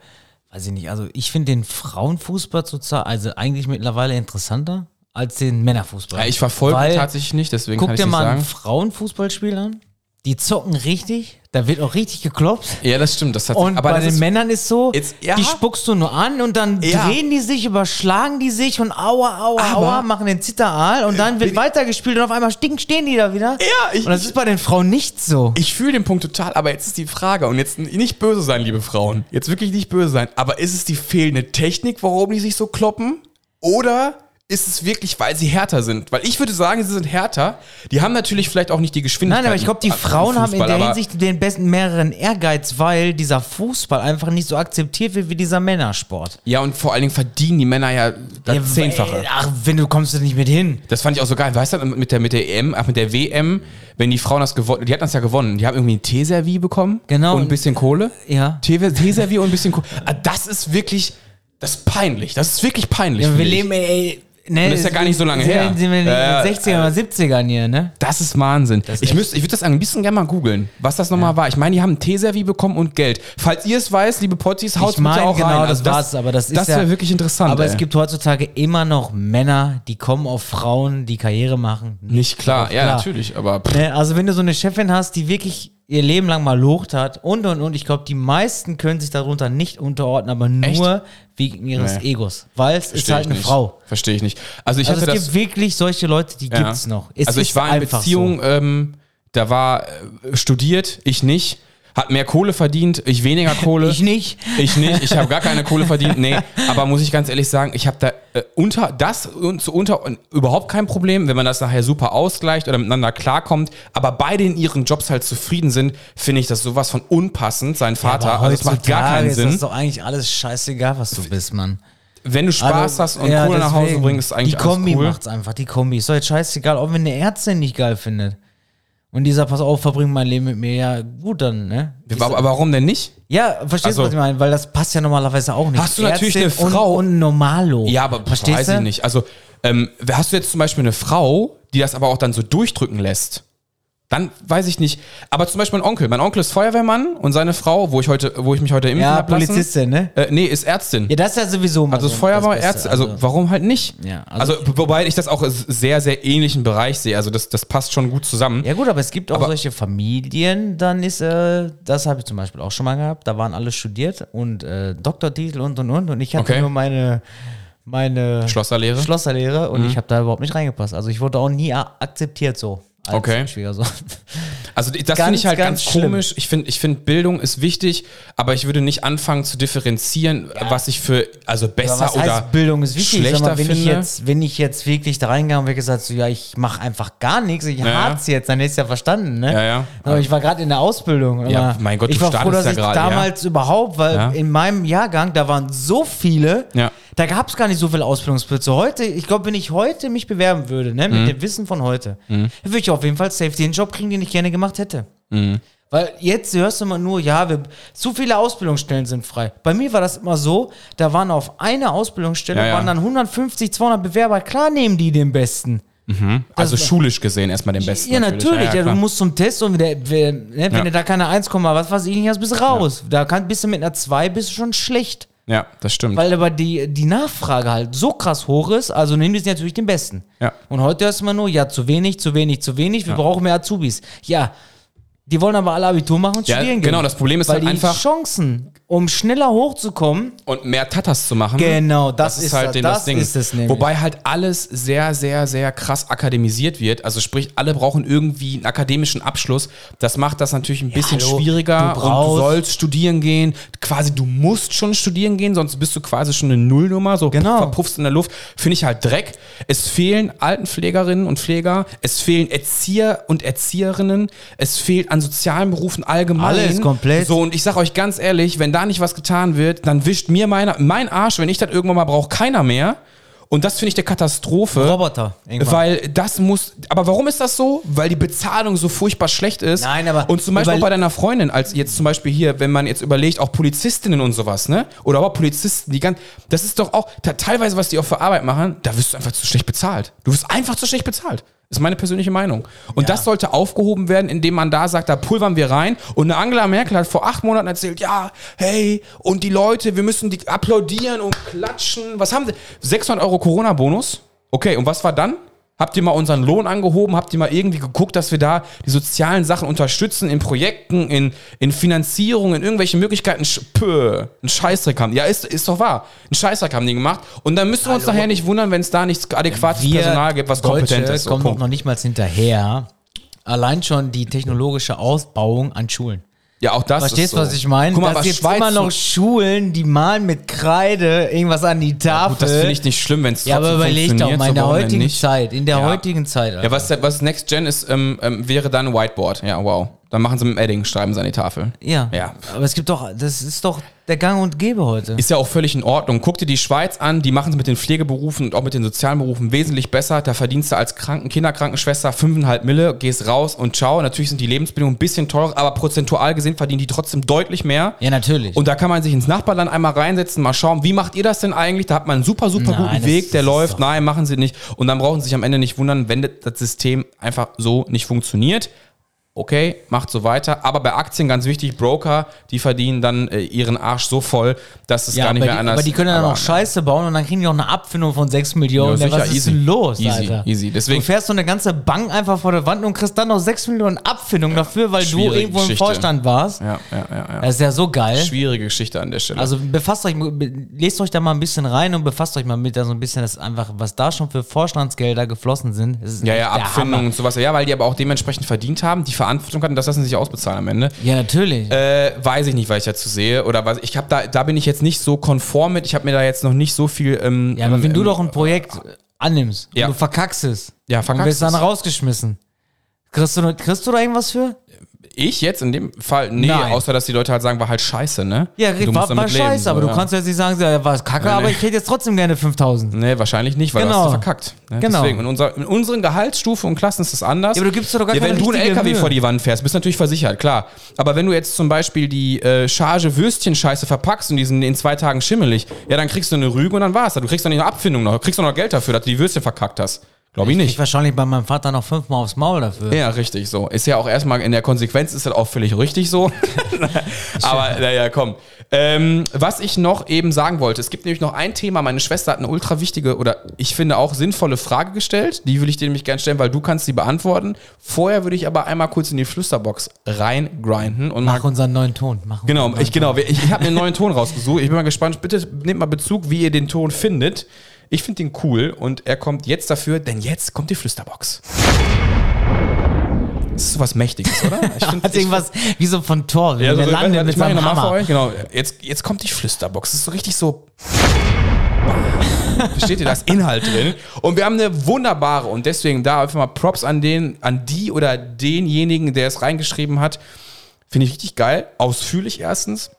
B: weiß ich nicht, also ich finde den Frauenfußball zurzeit, also eigentlich mittlerweile interessanter als den Männerfußball.
A: Äh, ich verfolge
B: Weil-
A: tatsächlich nicht, deswegen kann
B: Guck
A: ich
B: dir
A: nicht
B: mal ein
A: sagen.
B: Frauenfußballspiel an. Die zocken richtig, da wird auch richtig gekloppt.
A: Ja, das stimmt. Das hat
B: Und bei
A: das
B: den
A: ist-
B: Männern ist so,
A: Jetzt- ja.
B: die spuckst du nur an und dann
A: Ja.
B: drehen die sich, überschlagen die sich und aua, aua,
A: Aber- äh,
B: aua, machen den Zitteraal und dann wird weitergespielt und auf einmal stinken, stehen die da wieder.
A: Ja, ich-
B: Und das
A: ich-
B: ist bei den Frauen nicht so.
A: Ich fühle den Punkt total, aber jetzt ist die Frage, und jetzt nicht böse sein, liebe Frauen, jetzt wirklich nicht böse sein, aber ist es die fehlende Technik, warum die sich so kloppen? Oder ist es wirklich, weil sie härter sind? Weil ich würde sagen, sie sind härter. Die haben natürlich vielleicht auch nicht die Geschwindigkeit.
B: Nein, aber ich glaube, die
A: im
B: Frauen haben in
A: Fußball,
B: der
A: aber-
B: Hinsicht den besten mehreren Ehrgeiz, weil dieser Fußball einfach nicht so akzeptiert wird wie dieser Männersport.
A: Ja, und vor allen Dingen verdienen die Männer ja das
B: Ja,
A: Zehnfache.
B: weil- Ach, wenn du kommst du nicht mit hin.
A: Das fand ich auch so geil. Weißt du, mit der, mit der EM, ach, mit der WM, wenn die Frauen das gewonnen, die hatten das ja gewonnen. Die haben irgendwie ein Teeservie bekommen.
B: Genau.
A: Und ein bisschen Kohle.
B: Ja.
A: Tee- Teeservie und ein bisschen Kohle. Ah, Das ist wirklich, das ist peinlich. Das ist wirklich peinlich.
B: Ja, wir
A: finde ich.
B: leben, ey, ne,
A: Und das ist ja gar nicht so lange
B: sind,
A: her.
B: Sind wir in den
A: Ja,
B: 60ern oder 70ern hier, ne?
A: Das ist Wahnsinn.
B: ist
A: ich
B: echt-
A: müsste, ich würde das am liebsten gerne mal googeln, was das nochmal war. Ich meine, die haben einen Teeservie bekommen und Geld. Falls ihr es weiß, liebe Potties, haut
B: Ich meine,
A: bitte auch
B: genau,
A: rein. Also
B: das war's, aber das ist
A: Das wäre
B: ja-
A: wirklich interessant.
B: Aber es
A: ey.
B: gibt heutzutage immer noch Männer, die kommen auf Frauen, die Karriere machen.
A: nicht klar.
B: drauf
A: Ja,
B: klar.
A: natürlich, aber pff,
B: Ne, also wenn du so eine Chefin hast, die wirklich ihr Leben lang mal locht hat und und und, ich glaube, die meisten können sich darunter nicht unterordnen, aber nur wegen ihres
A: Nee.
B: Egos, weil es ist
A: verstehe
B: halt
A: ich
B: eine
A: nicht.
B: Frau.
A: Verstehe ich nicht. Also ich
B: Also
A: hatte
B: es
A: das
B: gibt wirklich solche Leute, die
A: Ja.
B: gibt's noch. Es
A: also ich
B: ist
A: war in
B: einfach
A: Beziehung, ähm, da war äh, studiert, ich nicht, hat mehr Kohle verdient, ich weniger
B: So.
A: Kohle.
B: Ich nicht.
A: äh, Ich nicht, ich habe gar keine Kohle verdient. Nee, aber muss ich ganz ehrlich sagen, ich habe da äh, unter das und zu unter und überhaupt kein Problem, wenn man das nachher super ausgleicht oder miteinander klarkommt, aber beide in ihren Jobs halt zufrieden sind, finde ich das sowas von unpassend, sein Vater.
B: Aber
A: also es macht gar
B: heutzutage
A: keinen
B: Ist
A: Sinn.
B: das doch eigentlich alles scheißegal, was du bist, Mann.
A: Wenn du Spaß
B: Also,
A: hast und
B: ja,
A: Kohle nach Hause
B: deswegen.
A: bringst, ist eigentlich
B: Die Kombi
A: alles cool.
B: macht's einfach, die Kombi. Ist doch jetzt scheißegal, auch wenn eine Ärztin nicht geil findet. Und dieser, pass auf, verbring mein Leben mit mir, ja, gut dann, ne?
A: Aber aber warum denn nicht?
B: Ja, verstehst
A: Also-
B: du, was ich meine? Weil das passt ja normalerweise auch nicht.
A: Hast du natürlich
B: Ärztin
A: eine Frau-
B: Und, und Normalo.
A: Ja, aber
B: verstehst
A: weiß
B: du?
A: ich nicht. Also, ähm, hast du jetzt zum Beispiel eine Frau, die das aber auch dann so durchdrücken lässt? Dann weiß ich nicht. Aber zum Beispiel mein Onkel. Mein Onkel ist Feuerwehrmann und seine Frau, wo ich, heute, wo ich mich heute impfen
B: Ja,
A: hab lassen-
B: Polizistin, ne?
A: Äh, nee, ist Ärztin.
B: Ja, das ist ja sowieso mal
A: also
B: so
A: ist Feuerwehr,
B: das Beste,
A: Ärztin. Also, warum halt nicht?
B: Ja,
A: also,
B: also-
A: wobei ich das auch als sehr, sehr ähnlichen Bereich sehe. Also das, das passt schon gut zusammen.
B: Ja gut, aber es gibt auch
A: Aber-
B: solche Familien, dann ist, äh, das habe ich zum Beispiel auch schon mal gehabt, da waren alle studiert und äh, Doktortitel und und und und ich hatte
A: Okay.
B: nur meine, meine
A: Schlosserlehre? Mhm.
B: Schlosserlehre und ich habe da überhaupt nicht reingepasst. Also ich wurde auch nie a- akzeptiert so. Als
A: Okay.
B: Schwiegersohn.
A: Also das
B: Ganz,
A: finde ich halt ganz,
B: ganz schlimm.
A: komisch. Ich finde, ich finde Bildung ist wichtig, aber ich würde nicht anfangen zu differenzieren, was ich für also
B: Aber
A: besser
B: was
A: oder
B: heißt, Bildung ist wichtig. Sag
A: schlechter
B: mal, wenn, ich
A: finde?
B: jetzt, wenn ich jetzt wirklich da reingegangen wäre gesagt, so, ja, ich mache einfach gar nichts, ich
A: ja.
B: hab's jetzt, dann hättest du ja verstanden, ne?
A: Ja, ja.
B: Aber ich war gerade in der Ausbildung.
A: Ja,
B: aber
A: mein Gott, du
B: ich war froh,
A: startest
B: dass
A: ja
B: ich
A: gerade, ja.
B: damals überhaupt, weil
A: Ja.
B: in meinem Jahrgang, da waren so viele,
A: Ja.
B: da gab es gar nicht so viele Ausbildungsplätze. Heute, ich glaube, wenn ich heute mich bewerben würde, ne,
A: Mhm.
B: mit dem Wissen von heute, dann würde ich auf jeden Fall safe den Job kriegen, den ich gerne gemacht hätte. Weil jetzt hörst du immer nur, ja, wir, zu viele Ausbildungsstellen sind frei. Bei mir war das immer so, da waren auf einer Ausbildungsstelle
A: Ja, ja.
B: waren dann 150, 200 Bewerber. Klar nehmen die den Besten.
A: also schulisch gesehen erstmal den besten.
B: ja, natürlich. Ja, du
A: klar.
B: musst zum Test und wieder, wer- ne, wenn
A: Ja.
B: du da keine 1, was weiß ich nicht hast, bist du raus. Da kann, bist du mit einer 2, bist du schon schlecht.
A: ja, das stimmt.
B: Weil aber die, die Nachfrage halt so krass hoch ist, also nehmen die sich natürlich den Besten.
A: Ja.
B: Und heute hörst du immer nur, ja, zu wenig, zu wenig, zu wenig, wir brauchen mehr Azubis. Ja, die wollen aber alle Abitur machen und
A: Ja,
B: studieren gehen.
A: genau, das Problem ist
B: Weil
A: halt
B: die
A: einfach-
B: Chancen, um schneller hochzukommen,
A: und mehr Tatas zu machen.
B: Genau, das
A: das
B: ist
A: ist halt
B: das-
A: den-
B: das
A: Ding.
B: ist es nämlich.
A: Wobei halt alles sehr, sehr, sehr krass akademisiert wird. Also sprich, alle brauchen irgendwie einen akademischen Abschluss. Das macht das natürlich ein bisschen
B: hallo,
A: schwieriger.
B: du
A: und du
B: brauchst-
A: sollst studieren gehen. Quasi, du musst schon studieren gehen, sonst bist du quasi schon eine Nullnummer. So
B: Genau.
A: verpuffst in der Luft. Finde ich halt Dreck. Es fehlen Altenpflegerinnen und Pfleger. Es fehlen Erzieher und Erzieherinnen. Es fehlt an sozialen Berufen allgemein.
B: Alles komplett.
A: So, und ich sag euch ganz ehrlich, wenn da nicht was getan wird, dann wischt mir meiner, mein Arsch, wenn ich das irgendwann mal brauche, keiner mehr. Und das finde ich der Katastrophe.
B: Roboter. irgendwann.
A: Weil das muss. Aber warum ist das so? Weil die Bezahlung so furchtbar schlecht ist.
B: Nein, aber
A: Und zum Beispiel
B: überle-
A: auch bei deiner Freundin, als jetzt zum Beispiel hier, wenn man jetzt überlegt, auch Polizistinnen und sowas, ne? Oder aber Polizisten, die ganz. Das ist doch auch. te- Teilweise, was die auch für Arbeit machen, da wirst du einfach zu schlecht bezahlt. Du wirst einfach zu schlecht bezahlt. Ist meine persönliche Meinung. Und das sollte aufgehoben werden, indem man da sagt, da pulvern wir rein. Und eine Angela Merkel hat vor acht Monaten erzählt, ja, hey, und die Leute, wir müssen die applaudieren und klatschen. Was haben sie? 600 Euro Corona-Bonus. Okay, und was war dann? Habt ihr mal unseren Lohn angehoben? Habt ihr mal irgendwie geguckt, dass wir da die sozialen Sachen unterstützen in Projekten, in, in Finanzierung, in irgendwelchen Möglichkeiten? Sch- Pö, ein Scheißdreck haben. Ja, ist, ist doch wahr. Ein Scheißdreck haben die gemacht. Und dann müssen wir uns nachher nicht wundern, wenn es da nichts adäquates
B: wir
A: Personal gibt, was
B: Deutsche
A: kompetent ist. Oh, So,
B: kommen
A: Punkt.
B: auch noch nicht mal hinterher. Allein schon die technologische Ausbauung an Schulen.
A: ja, auch das
B: Verstehst
A: ist so.
B: du, was ich meine?
A: Guck mal,
B: Dass
A: was
B: jetzt
A: Schweiz
B: immer noch
A: so-
B: Schulen, die malen mit Kreide irgendwas an die Tafel.
A: Gut, das finde ich nicht schlimm, wenn es
B: ja, aber überleg doch mal, in der heutigen Zeit, in der
A: Ja.
B: heutigen Zeit. Alter.
A: Ja, was, was Next Gen ist, ähm, ähm, wäre dann Whiteboard. Ja, wow. Dann machen sie mit dem Edding, schreiben sie an die Tafel.
B: Ja.
A: Ja.
B: Aber es gibt doch, das ist doch der Gang und Gäbe heute.
A: Ist ja auch völlig in Ordnung. Guck dir die Schweiz an, die machen es mit den Pflegeberufen und auch mit den sozialen Berufen wesentlich besser. Da verdienst du als Kranken Kinderkrankenschwester 5,5 Mille, gehst raus und ciao. Natürlich sind die Lebensbedingungen ein bisschen teurer, aber prozentual gesehen verdienen die trotzdem deutlich mehr.
B: ja, natürlich.
A: Und da kann man sich ins Nachbarland einmal reinsetzen, mal schauen, wie macht ihr das denn eigentlich? Da hat man einen super, super
B: Nein,
A: guten
B: das
A: Weg, der
B: ist
A: läuft.
B: doch-
A: Nein, machen sie nicht. Und dann brauchen sie sich am Ende nicht wundern, wenn das System einfach so nicht funktioniert. Okay, macht so weiter. Aber bei Aktien ganz wichtig, Broker, die verdienen dann äh, ihren Arsch so voll, dass es
B: ja,
A: gar nicht
B: aber,
A: mehr
B: die,
A: anders
B: aber die können dann auch Scheiße bauen und dann kriegen die auch eine Abfindung von 6 Millionen.
A: Ja,
B: Ja,
A: sicher,
B: was ist
A: easy.
B: denn los,
A: Easy,
B: Alter?
A: easy. Deswegen-
B: du fährst so eine ganze Bank einfach vor der Wand und kriegst dann noch 6 Millionen Abfindung dafür, weil du
A: schwierige
B: irgendwo im
A: Geschichte.
B: Vorstand warst.
A: Ja, ja, ja, ja.
B: Das ist ja so geil.
A: Schwierige Geschichte an der Stelle.
B: Also befasst euch, be- lest euch da mal ein bisschen rein und befasst euch mal mit da so ein bisschen, das einfach, was da schon für Vorstandsgelder geflossen sind. Das ist
A: ja,
B: echt
A: ja,
B: der
A: Abfindungen und sowas. Ja, weil die aber auch dementsprechend verdient haben, die Verantwortung hatten, das lassen sie sich ausbezahlen am Ende.
B: Hammer. Ja, natürlich.
A: Äh, weiß ich nicht, was ich dazu sehe. Oder was ich habe da, da bin ich jetzt nicht so konform mit. Ich habe mir da jetzt noch nicht so viel. Ähm,
B: ja, aber
A: ähm,
B: wenn du
A: ähm,
B: doch ein Projekt annimmst
A: Ja.
B: und du verkackst es
A: Ja,
B: und
A: verkackst
B: wirst dann
A: es.
B: rausgeschmissen, kriegst du, kriegst du da irgendwas für?
A: ich jetzt in dem Fall, nee,
B: Nein.
A: außer dass die Leute halt sagen, war halt scheiße, ne?
B: Ja,
A: du
B: war,
A: musst
B: war
A: damit leben.
B: scheiße,
A: so,
B: aber
A: ja.
B: du kannst jetzt nicht sagen, so, ja, war es kacke,
A: Nee,
B: aber
A: nee.
B: ich hätte jetzt trotzdem gerne 5000.
A: Nee, wahrscheinlich nicht, weil
B: Genau.
A: das hast du verkackt. Ne?
B: Genau.
A: Deswegen, in, unser, in unseren Gehaltsstufen und Klassen ist das anders.
B: Ja, aber du gibst dir doch gar
A: ja, Wenn
B: keine
A: du einen
B: richtige
A: LKW
B: Mühe.
A: vor die Wand fährst, bist du natürlich versichert, klar. Aber wenn du jetzt zum Beispiel die äh, Charge Würstchen-Scheiße verpackst und die sind in zwei Tagen schimmelig, ja, dann kriegst du eine Rüge und dann war's. das. Du kriegst doch nicht eine Abfindung noch, kriegst doch noch Geld dafür, dass du die Würstchen verkackt hast. Glaube ich nicht.
B: Ich wahrscheinlich bei meinem Vater noch fünfmal aufs Maul dafür.
A: Ja, richtig so. Ist ja auch erstmal in der Konsequenz ist das auch völlig richtig so. Aber naja, komm. Ähm, was ich noch eben sagen wollte, es gibt nämlich noch ein Thema, meine Schwester hat eine ultra wichtige oder ich finde auch sinnvolle Frage gestellt. Die will ich dir nämlich gerne stellen, weil du kannst sie beantworten. Vorher würde ich aber einmal kurz in die Flüsterbox reingrinden und mal
B: Mach unseren neuen Ton. Mach
A: Genau,
B: unseren
A: ich, genau, ich, ich habe mir einen neuen Ton rausgesucht. Ich bin mal gespannt. Bitte nehmt mal Bezug, wie ihr den Ton findet. Ich finde den cool und er kommt jetzt dafür, denn jetzt kommt die Flüsterbox. Das ist sowas Mächtiges, oder? Ich find-
B: Hat irgendwas wie so von Tor, wenn
A: Ja, so,
B: der landet
A: warte,
B: mit
A: ich mach hier
B: seinem
A: nochmal für
B: Hammer.
A: euch. Genau. Jetzt, jetzt kommt die Flüsterbox. Das ist so richtig so. Versteht ihr das Inhalt drin? Und wir haben eine wunderbare und deswegen da einfach mal Props an den, an die oder denjenigen, der es reingeschrieben hat. Finde ich richtig geil. Ausführlich erstens,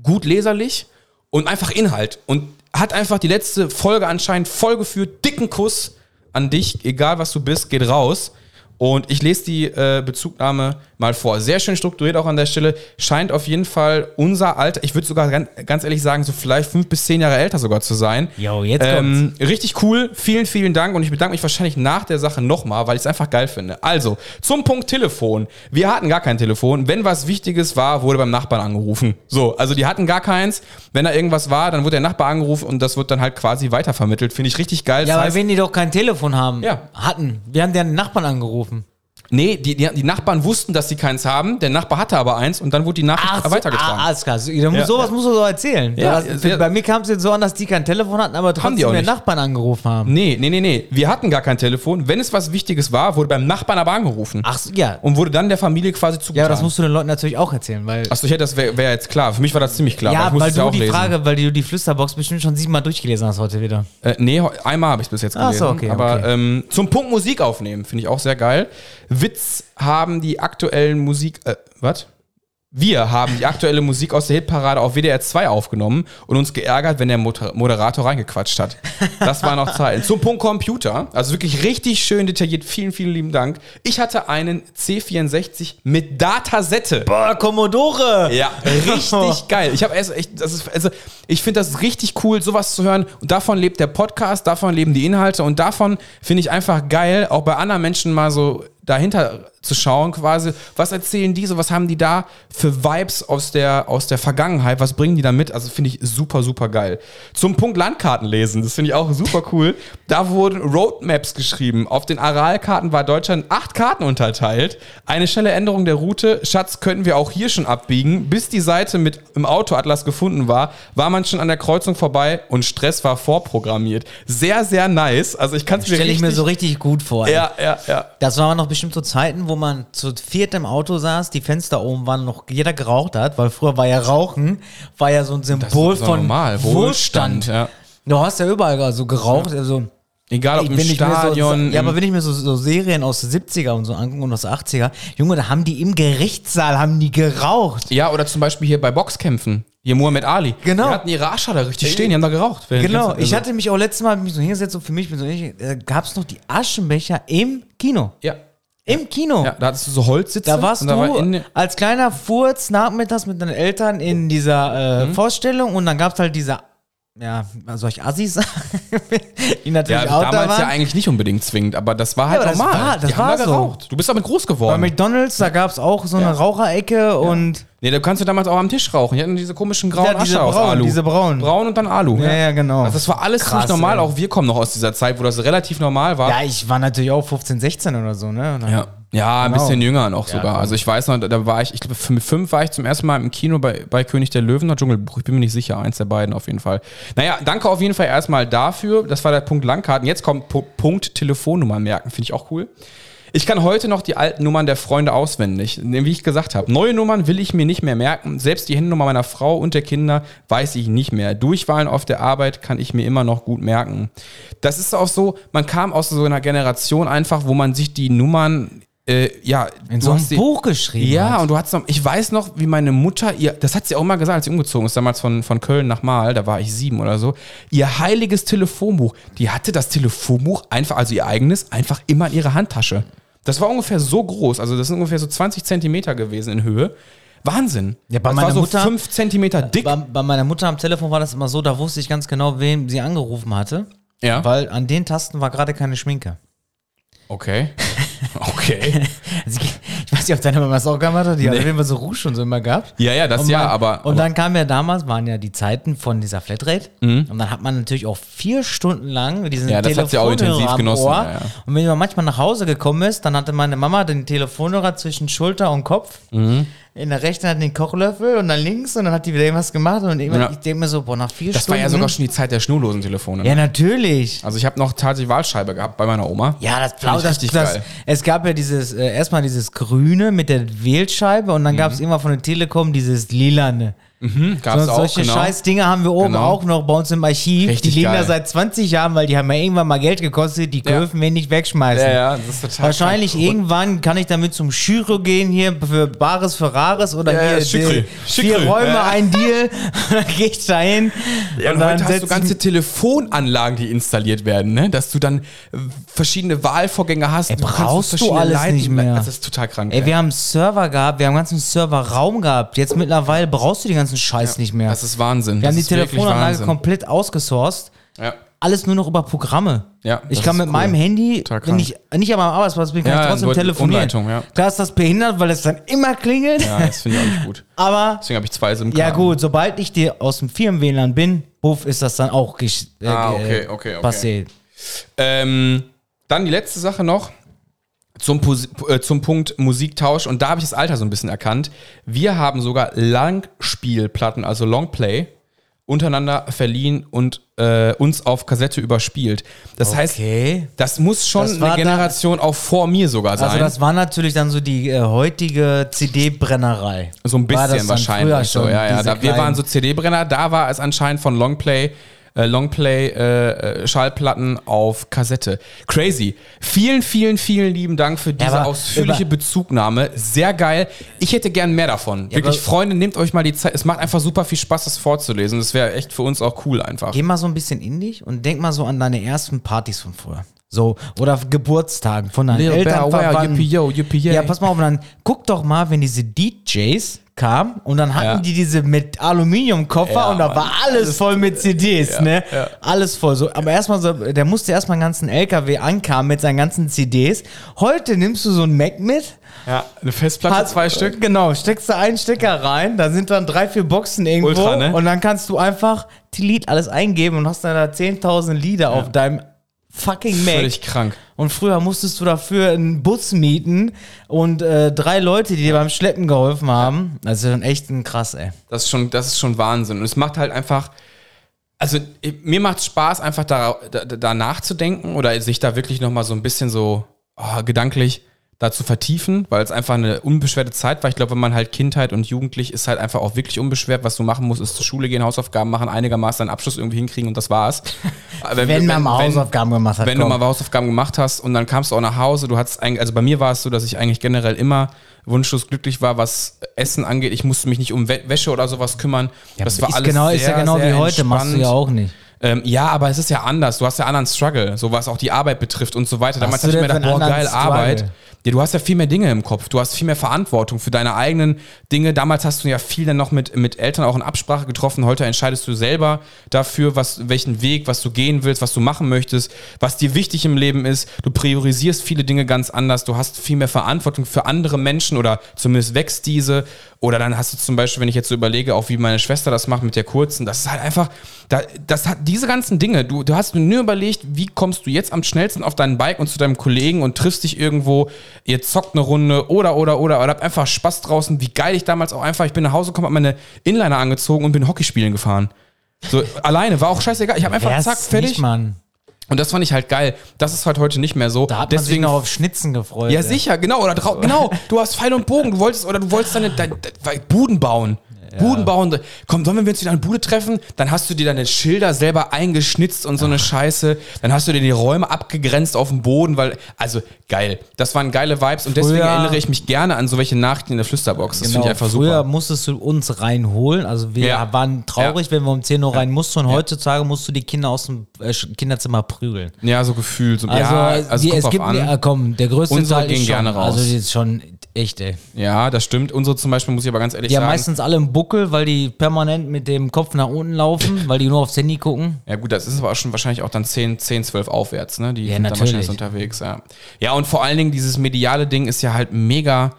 A: gut leserlich und einfach Inhalt. Und hat einfach die letzte Folge anscheinend vollgeführt. Dicken Kuss an dich, egal was du bist, geht raus. Und ich lese die äh, Bezugnahme mal vor. Sehr schön strukturiert auch an der Stelle. Scheint auf jeden Fall unser Alter, ich würde sogar ganz, ganz ehrlich sagen, so vielleicht fünf bis zehn Jahre älter sogar zu sein.
B: Jo, jetzt
A: Ähm, richtig cool. Vielen, vielen Dank. Und ich bedanke mich wahrscheinlich nach der Sache nochmal, weil ich es einfach geil finde. Also, zum Punkt Telefon. Wir hatten gar kein Telefon. Wenn was Wichtiges war, wurde beim Nachbarn angerufen. So, also die hatten gar keins. Wenn da irgendwas war, dann wurde der Nachbar angerufen und das wird dann halt quasi weitervermittelt. Finde ich richtig geil.
B: Ja,
A: Das
B: weil
A: heißt-
B: wenn die doch kein Telefon haben,
A: Ja.
B: hatten. Wir haben den Nachbarn angerufen.
A: nee, die, die, die Nachbarn wussten, dass sie keins haben. Der Nachbar hatte aber eins und dann wurde die Nachricht
B: so,
A: weitergetragen.
B: ah, alles klar. So, dann muss-
A: Ja.
B: Sowas musst du so erzählen.
A: Ja,
B: Das-
A: ja, sehr-
B: bei mir kam es jetzt so an, dass die kein Telefon hatten, aber
A: Haben die
B: trotzdem
A: auch
B: den
A: nicht.
B: Nachbarn angerufen haben.
A: Nee, nee, nee, nee. Wir hatten gar kein Telefon. Wenn es was Wichtiges war, wurde beim Nachbarn aber angerufen.
B: Ach so, ja.
A: Und wurde dann der Familie quasi zugetan.
B: Ja, aber das musst du den Leuten natürlich auch erzählen, weil.
A: Achso, ich hätte das wäre wär jetzt klar. Für mich war das ziemlich klar.
B: ja,
A: ich musste
B: weil
A: es
B: du
A: auch
B: die
A: lesen.
B: Frage, weil du die Flüsterbox bestimmt schon siebenmal durchgelesen hast heute wieder.
A: Äh, nee, ho- einmal habe ich es bis jetzt
B: Ach
A: gelesen.
B: so, okay,
A: aber
B: okay.
A: Ähm, zum Punkt Musik aufnehmen finde ich auch sehr geil. Witz haben die aktuellen Musik. Äh, was? Wir haben die aktuelle Musik aus der Hitparade auf WDR 2 aufgenommen und uns geärgert, wenn der Moder- Moderator reingequatscht hat. Das war noch Zeit. Zum Punkt Computer. Also wirklich richtig schön detailliert. Vielen, vielen lieben Dank. Ich hatte einen C64 mit Datasette.
B: Boah, Commodore!
A: Ja, richtig geil. Ich habe erst echt, das ist, also ich finde das richtig cool, sowas zu hören. Und davon lebt der Podcast, davon leben die Inhalte und davon finde ich einfach geil, auch bei anderen Menschen mal so dahinter zu schauen, quasi, was erzählen die so, was haben die da für Vibes aus der, aus der Vergangenheit, was bringen die da mit? Also finde ich super, super geil. Zum Punkt Landkarten lesen, das finde ich auch super cool. Da wurden Roadmaps geschrieben. Auf den Aralkarten war Deutschland in acht Karten unterteilt. Eine schnelle Änderung der Route, Schatz, könnten wir auch hier schon abbiegen. Bis die Seite mit im Autoatlas gefunden war, war man schon an der Kreuzung vorbei und Stress war vorprogrammiert. Sehr, sehr nice. Also ich kann es mir
B: Stelle ich
A: richtig...
B: mir so richtig gut vor. ey.
A: ja, ja, ja.
B: Das waren noch bestimmt so Zeiten, wo man zu viert im Auto saß, die Fenster oben waren, noch jeder geraucht hat, weil früher war ja Rauchen, war ja so ein Symbol
A: das war
B: von
A: normal.
B: Wohlstand.
A: Wohlstand, ja.
B: Du hast ja überall also geraucht, also
A: Egal, ob
B: ich-
A: im
B: wenn ich mir
A: Stadion...
B: So, ja,
A: im-
B: aber wenn ich mir so, so Serien aus den 70er und so angucke und aus den 80er, Junge, da haben die im Gerichtssaal, haben die geraucht.
A: Ja, oder zum Beispiel hier bei Boxkämpfen. Hier Muhammad Ali.
B: Genau.
A: Die hatten ihre Ascher da richtig stehen, die haben da geraucht. während
B: Genau,
A: die ganze-
B: ich
A: also-
B: hatte mich auch letztes Mal hab ich mich so hingesetzt und für mich persönlich äh, gab es noch die Aschenbecher im Kino.
A: Ja.
B: Im Kino.
A: ja, da hattest du so Holzsitze.
B: Da warst
A: und
B: du
A: war in- Oh.
B: als kleiner Furz nachmittags mit deinen Eltern in dieser äh,
A: Mhm.
B: Vorstellung und dann gab es halt diese, ja, solch Assis, die natürlich
A: ja, also
B: auch da
A: damals
B: waren.
A: ja eigentlich nicht unbedingt zwingend, aber das war halt
B: aber das
A: normal.
B: war- das
A: die haben
B: war
A: da
B: so.
A: geraucht. Du bist damit groß
B: Bei
A: geworden.
B: McDonalds, da gab es auch so eine
A: Ja.
B: Raucherecke und
A: Nee, da kannst du damals auch am Tisch rauchen. Die hatten diese komischen grauen
B: Ja, diese
A: Asche aus
B: braunen,
A: Alu.
B: diese braunen.
A: Braun und dann Alu.
B: Ja, ja, genau.
A: Also das war alles
B: Krass,
A: ziemlich normal.
B: ey.
A: Auch wir kommen noch aus dieser Zeit, wo das relativ normal war.
B: ja, ich war natürlich auch 15, 16 oder so, ne? Und dann-
A: Ja, ja ein
B: Genau.
A: bisschen jünger noch sogar.
B: komm.
A: also ich weiß noch, da- da war ich, ich glaube, mit fünf war ich zum ersten Mal im Kino bei, bei König der Löwen oder Dschungelbuch. Ich bin mir nicht sicher, eins der beiden auf jeden Fall. Naja, danke auf jeden Fall erstmal dafür. Das war der Punkt Langkarten. Jetzt kommt Pu- Punkt Telefonnummer merken, finde ich auch cool. Ich kann heute noch die alten Nummern der Freunde auswendig, ne, wie ich gesagt habe. Neue Nummern will ich mir nicht mehr merken. Selbst die Handynummer meiner Frau und der Kinder weiß ich nicht mehr. Durchwahlen auf der Arbeit kann ich mir immer noch gut merken. Das ist auch so, man kam aus so einer Generation einfach, wo man sich die Nummern, äh, ja,
B: In
A: du
B: so einem
A: hast die-
B: Buch geschrieben.
A: ja,
B: hat.
A: und du hattest noch, ich weiß noch, wie meine Mutter ihr, das hat sie auch mal gesagt, als sie umgezogen ist, damals von, von Köln nach Mahl, da war ich sieben oder so, ihr heiliges Telefonbuch, die hatte das Telefonbuch einfach, also ihr eigenes, einfach immer in ihrer Handtasche. Das war ungefähr so groß, also das sind ungefähr so 20 Zentimeter gewesen in Höhe. Wahnsinn.
B: Ja, bei
A: das
B: meiner
A: war so
B: Mutter-
A: 5 Zentimeter dick.
B: Bei, bei meiner Mutter am Telefon war das immer so, da wusste ich ganz genau, wen sie angerufen hatte,
A: Ja,
B: weil an den Tasten war gerade keine Schminke.
A: okay. Okay.
B: Also ich, ich weiß nicht, ob deine Mama das auch gemacht hat. Die hat auf jeden Fall so Rouge und so immer gehabt.
A: Ja, ja, das
B: Und
A: ja,
B: man-
A: aber.
B: Und dann kam ja damals, waren ja die Zeiten von dieser Flatrate. Und dann hat man natürlich auch vier Stunden lang diesen
A: Mhm. Ja, das hat sie auch
B: Telefonhörer
A: intensiv
B: am
A: genossen,
B: Ohr.
A: ja, ja.
B: Und
A: Mhm.
B: wenn man manchmal nach Hause gekommen ist, dann hatte meine Mama den Telefonhörer zwischen Schulter und Kopf. in der rechten hat den Kochlöffel und dann links und dann hat die wieder irgendwas gemacht und irgendwann,
A: Ja.
B: ich denke mir so, boah, nach vier
A: Das war
B: Stunden.
A: ja sogar schon die Zeit der schnurlosen Telefone. ne?
B: Ja, natürlich.
A: Also ich habe noch tatsächlich Wahlscheibe gehabt bei meiner Oma.
B: Ja, das
A: Finde
B: blau,
A: ich
B: das,
A: richtig
B: das,
A: geil.
B: Es gab ja dieses, äh, erstmal dieses Grüne mit der Wählscheibe und dann
A: Mhm.
B: gab es immer von der Telekom dieses Lilane.
A: Hm, gab's
B: Und
A: auch,
B: solche
A: genau.
B: Scheißdinge haben wir oben
A: Genau.
B: auch noch bei uns im Archiv.
A: Richtig
B: die liegen
A: geil.
B: da seit 20 Jahren, weil die haben ja irgendwann mal Geld gekostet, die
A: Ja.
B: dürfen wir nicht wegschmeißen.
A: Ja, ja, das ist total
B: Wahrscheinlich eh.
A: krank.
B: irgendwann kann ich damit zum Schüro gehen, hier für Bares, für Rares oder
A: Ja, ja,
B: hier
A: Schükrü.
B: die- vier
A: Schükrü.
B: Räume,
A: Ja.
B: ein Deal, dann gehe ich da hin.
A: Ja, und heute hast
B: setz
A: du
B: ich
A: ganze Telefonanlagen, die installiert werden, ne? dass du dann äh, verschiedene Wahlvorgänge hast. Ey,
B: brauchst du alles nicht mehr.
A: Das ist total krank.
B: Ey, wir haben einen Server gehabt, wir haben einen ganzen Serverraum gehabt. Jetzt mittlerweile brauchst du den ganzen Scheiß nicht mehr.
A: Das ist Wahnsinn.
B: wir
A: das
B: haben die
A: ist wirklich
B: Telefonanlage
A: Wahnsinn.
B: komplett ausgesourced.
A: Ja.
B: Alles nur noch über Programme.
A: Ja,
B: ich
A: das
B: kann
A: ist
B: mit
A: cool.
B: meinem Handy,
A: Total
B: wenn
A: krank.
B: ich nicht am Arbeitsplatz bin, kann
A: Ja,
B: ich
A: ja,
B: trotzdem
A: gut,
B: telefonieren.
A: Umleitung, ja.
B: Klar ist das behindert, weil es dann immer klingelt.
A: ja, das finde ich auch nicht gut.
B: Aber
A: Deswegen habe ich zwei SIM-Karten.
B: ja gut, sobald ich dir aus dem Firmen-WLAN bin, buff, ist das dann auch gesch- äh,
A: Ah,
B: äh,
A: okay, okay, okay.
B: passiert.
A: Ähm, dann die letzte Sache noch zum, Pos- äh, zum Punkt Musiktausch. Und da habe ich das Alter so ein bisschen erkannt. Wir haben sogar Langspielplatten, also Longplay, untereinander verliehen und äh, uns auf Kassette überspielt. Das heißt,
B: Okay.
A: das muss schon
B: Das war
A: eine Generation auch vor mir sogar sein.
B: Also das war natürlich dann so die äh, heutige CD-Brennerei.
A: so ein
B: War das
A: bisschen
B: dann
A: wahrscheinlich.
B: früher
A: So,
B: schon,
A: ja, ja.
B: diese
A: Da, wir
B: kleinen-
A: waren so CD-Brenner, da war es anscheinend von Longplay. äh, Longplay äh, äh, Schallplatten auf Kassette. Crazy. Vielen, vielen, vielen lieben Dank für diese
B: aber
A: ausführliche
B: über-
A: Bezugnahme. Sehr geil. Ich hätte gern mehr davon. Wirklich,
B: aber-
A: Freunde, nehmt euch mal die Zeit. Es macht einfach super viel Spaß, das vorzulesen. Das wäre echt für uns auch cool einfach.
B: Geh mal so ein bisschen in dich und denk mal so an deine ersten Partys von früher. So, oder auf Geburtstagen von deinen
A: Little
B: Eltern.
A: Bear, wow,
B: Verwandten.
A: yippie, yo, yippie, yay.
B: ja, pass mal auf, und dann guck doch mal, wenn diese DJs kamen und dann hatten
A: Ja.
B: die diese mit Aluminiumkoffer
A: Ja,
B: und da
A: Mann.
B: war alles voll mit CDs, ne? Alles voll so. Aber erstmal so, der musste erstmal einen ganzen LKW ankamen mit seinen ganzen CDs. Heute nimmst du so ein Mac mit
A: Ja, eine Festplatte,
B: Hat- Genau, steckst du einen Stecker rein, da sind dann drei, vier Boxen irgendwo
A: Ultra, ne?
B: und dann kannst du einfach die Lied alles eingeben und hast dann da 10.000 Lieder auf deinem fucking Mac.
A: Völlig krank.
B: Und früher musstest du dafür einen Bus mieten und äh, drei Leute, die dir beim Schleppen geholfen haben. Das ist schon echt ein krass, ey.
A: Das ist schon, das ist schon Wahnsinn. Und es macht halt einfach, also eh, mir macht Spaß, einfach da, da, da nachzudenken oder sich da wirklich nochmal so ein bisschen so oh, gedanklich da zu vertiefen, weil es einfach eine unbeschwerte Zeit war. Ich glaube, wenn man halt Kindheit und Jugendlich ist halt einfach auch wirklich unbeschwert. Was du machen musst, ist zur Schule gehen, Hausaufgaben machen, einigermaßen deinen Abschluss irgendwie hinkriegen und das war's. Aber
B: Wenn, man mal
A: wenn-
B: Hausaufgaben gemacht hat,
A: wenn
B: komm.
A: du mal Hausaufgaben gemacht hast und dann kamst du auch nach Hause, du hattest eigentlich, also bei mir war es so, dass ich eigentlich generell immer wunschlos glücklich war, was Essen angeht. Ich musste mich nicht um Wä- Wäsche oder sowas kümmern. das war
B: ist
A: alles
B: genau,
A: sehr,
B: ist ja genau
A: sehr
B: wie heute, machst du
A: entspannt.
B: ja auch nicht.
A: Ähm, ja, aber es ist ja anders. Du hast ja anderen Struggle, so was auch die Arbeit betrifft und so weiter. Damals
B: du
A: hatte ich mir
B: denn
A: gedacht,
B: für
A: boah,
B: einen
A: geil,
B: anderen
A: Arbeit.
B: Struggle?
A: Ja, du hast ja viel mehr Dinge im Kopf. Du hast viel mehr Verantwortung für deine eigenen Dinge. Damals hast du ja viel dann noch mit, mit Eltern auch in Absprache getroffen. Heute entscheidest du selber dafür, was, welchen Weg, was du gehen willst, was du machen möchtest, was dir wichtig im Leben ist. Du priorisierst viele Dinge ganz anders. Du hast viel mehr Verantwortung für andere Menschen oder zumindest wächst diese. Oder dann hast du zum Beispiel, wenn ich jetzt so überlege, auch wie meine Schwester das macht mit der kurzen, das ist halt einfach, da, das hat diese ganzen Dinge. Du, du hast nur überlegt, wie kommst du jetzt am schnellsten auf deinen Bike und zu deinem Kollegen und triffst dich irgendwo, ihr zockt eine Runde oder oder oder oder habt einfach Spaß draußen, wie geil ich damals auch einfach, ich bin nach Hause gekommen, hab meine Inliner angezogen und bin Hockey spielen gefahren. So, alleine, war auch scheißegal. Ich habe einfach
B: Wär's
A: zack, fertig.
B: Nicht, Mann.
A: und das fand ich halt geil. Das ist halt heute nicht mehr so.
B: Da hat man sich
A: Deswegen
B: noch auf Schnitzen gefreut.
A: ja,
B: ey.
A: sicher, genau. Oder drau genau, du hast Pfeil und Bogen, du wolltest, oder du wolltest deine, deine, deine Buden bauen. Buden bauen. Komm, sollen wir uns wieder eine Bude treffen? Dann hast du dir deine Schilder selber eingeschnitzt und so eine Scheiße. Dann hast du dir die Räume abgegrenzt auf dem Boden, weil, also geil. Das waren geile Vibes und deswegen
B: Früher- Genau,
A: erinnere ich mich gerne an solche Nachrichten in der Flüsterbox. Das finde ich einfach
B: früher
A: super.
B: musstest du uns reinholen. Also wir
A: Ja.
B: waren traurig, wenn wir um 10 Uhr rein mussten. Und heutzutage musst du die Kinder aus dem äh, Sch- Kinderzimmer prügeln.
A: Ja, so gefühlt. So,
B: Also,
A: ja, also
B: die,
A: kommt
B: es
A: drauf
B: gibt,
A: an.
B: ja, komm, der größte
A: Unsere
B: Teil
A: gehen
B: ist schon,
A: gerne raus.
B: also die ist schon echt, ey.
A: ja, das stimmt. Unsere zum Beispiel, muss ich aber ganz ehrlich
B: Die haben
A: sagen.
B: meistens alle im Buckel, weil die permanent mit dem Kopf nach unten laufen, weil die nur aufs Handy gucken.
A: Ja gut, das ist aber auch schon wahrscheinlich auch dann 10, 10 12 aufwärts, ne? Die
B: Ja,
A: sind dann
B: natürlich.
A: wahrscheinlich unterwegs, ja. Ja, und vor allen Dingen dieses mediale Ding ist ja halt mega,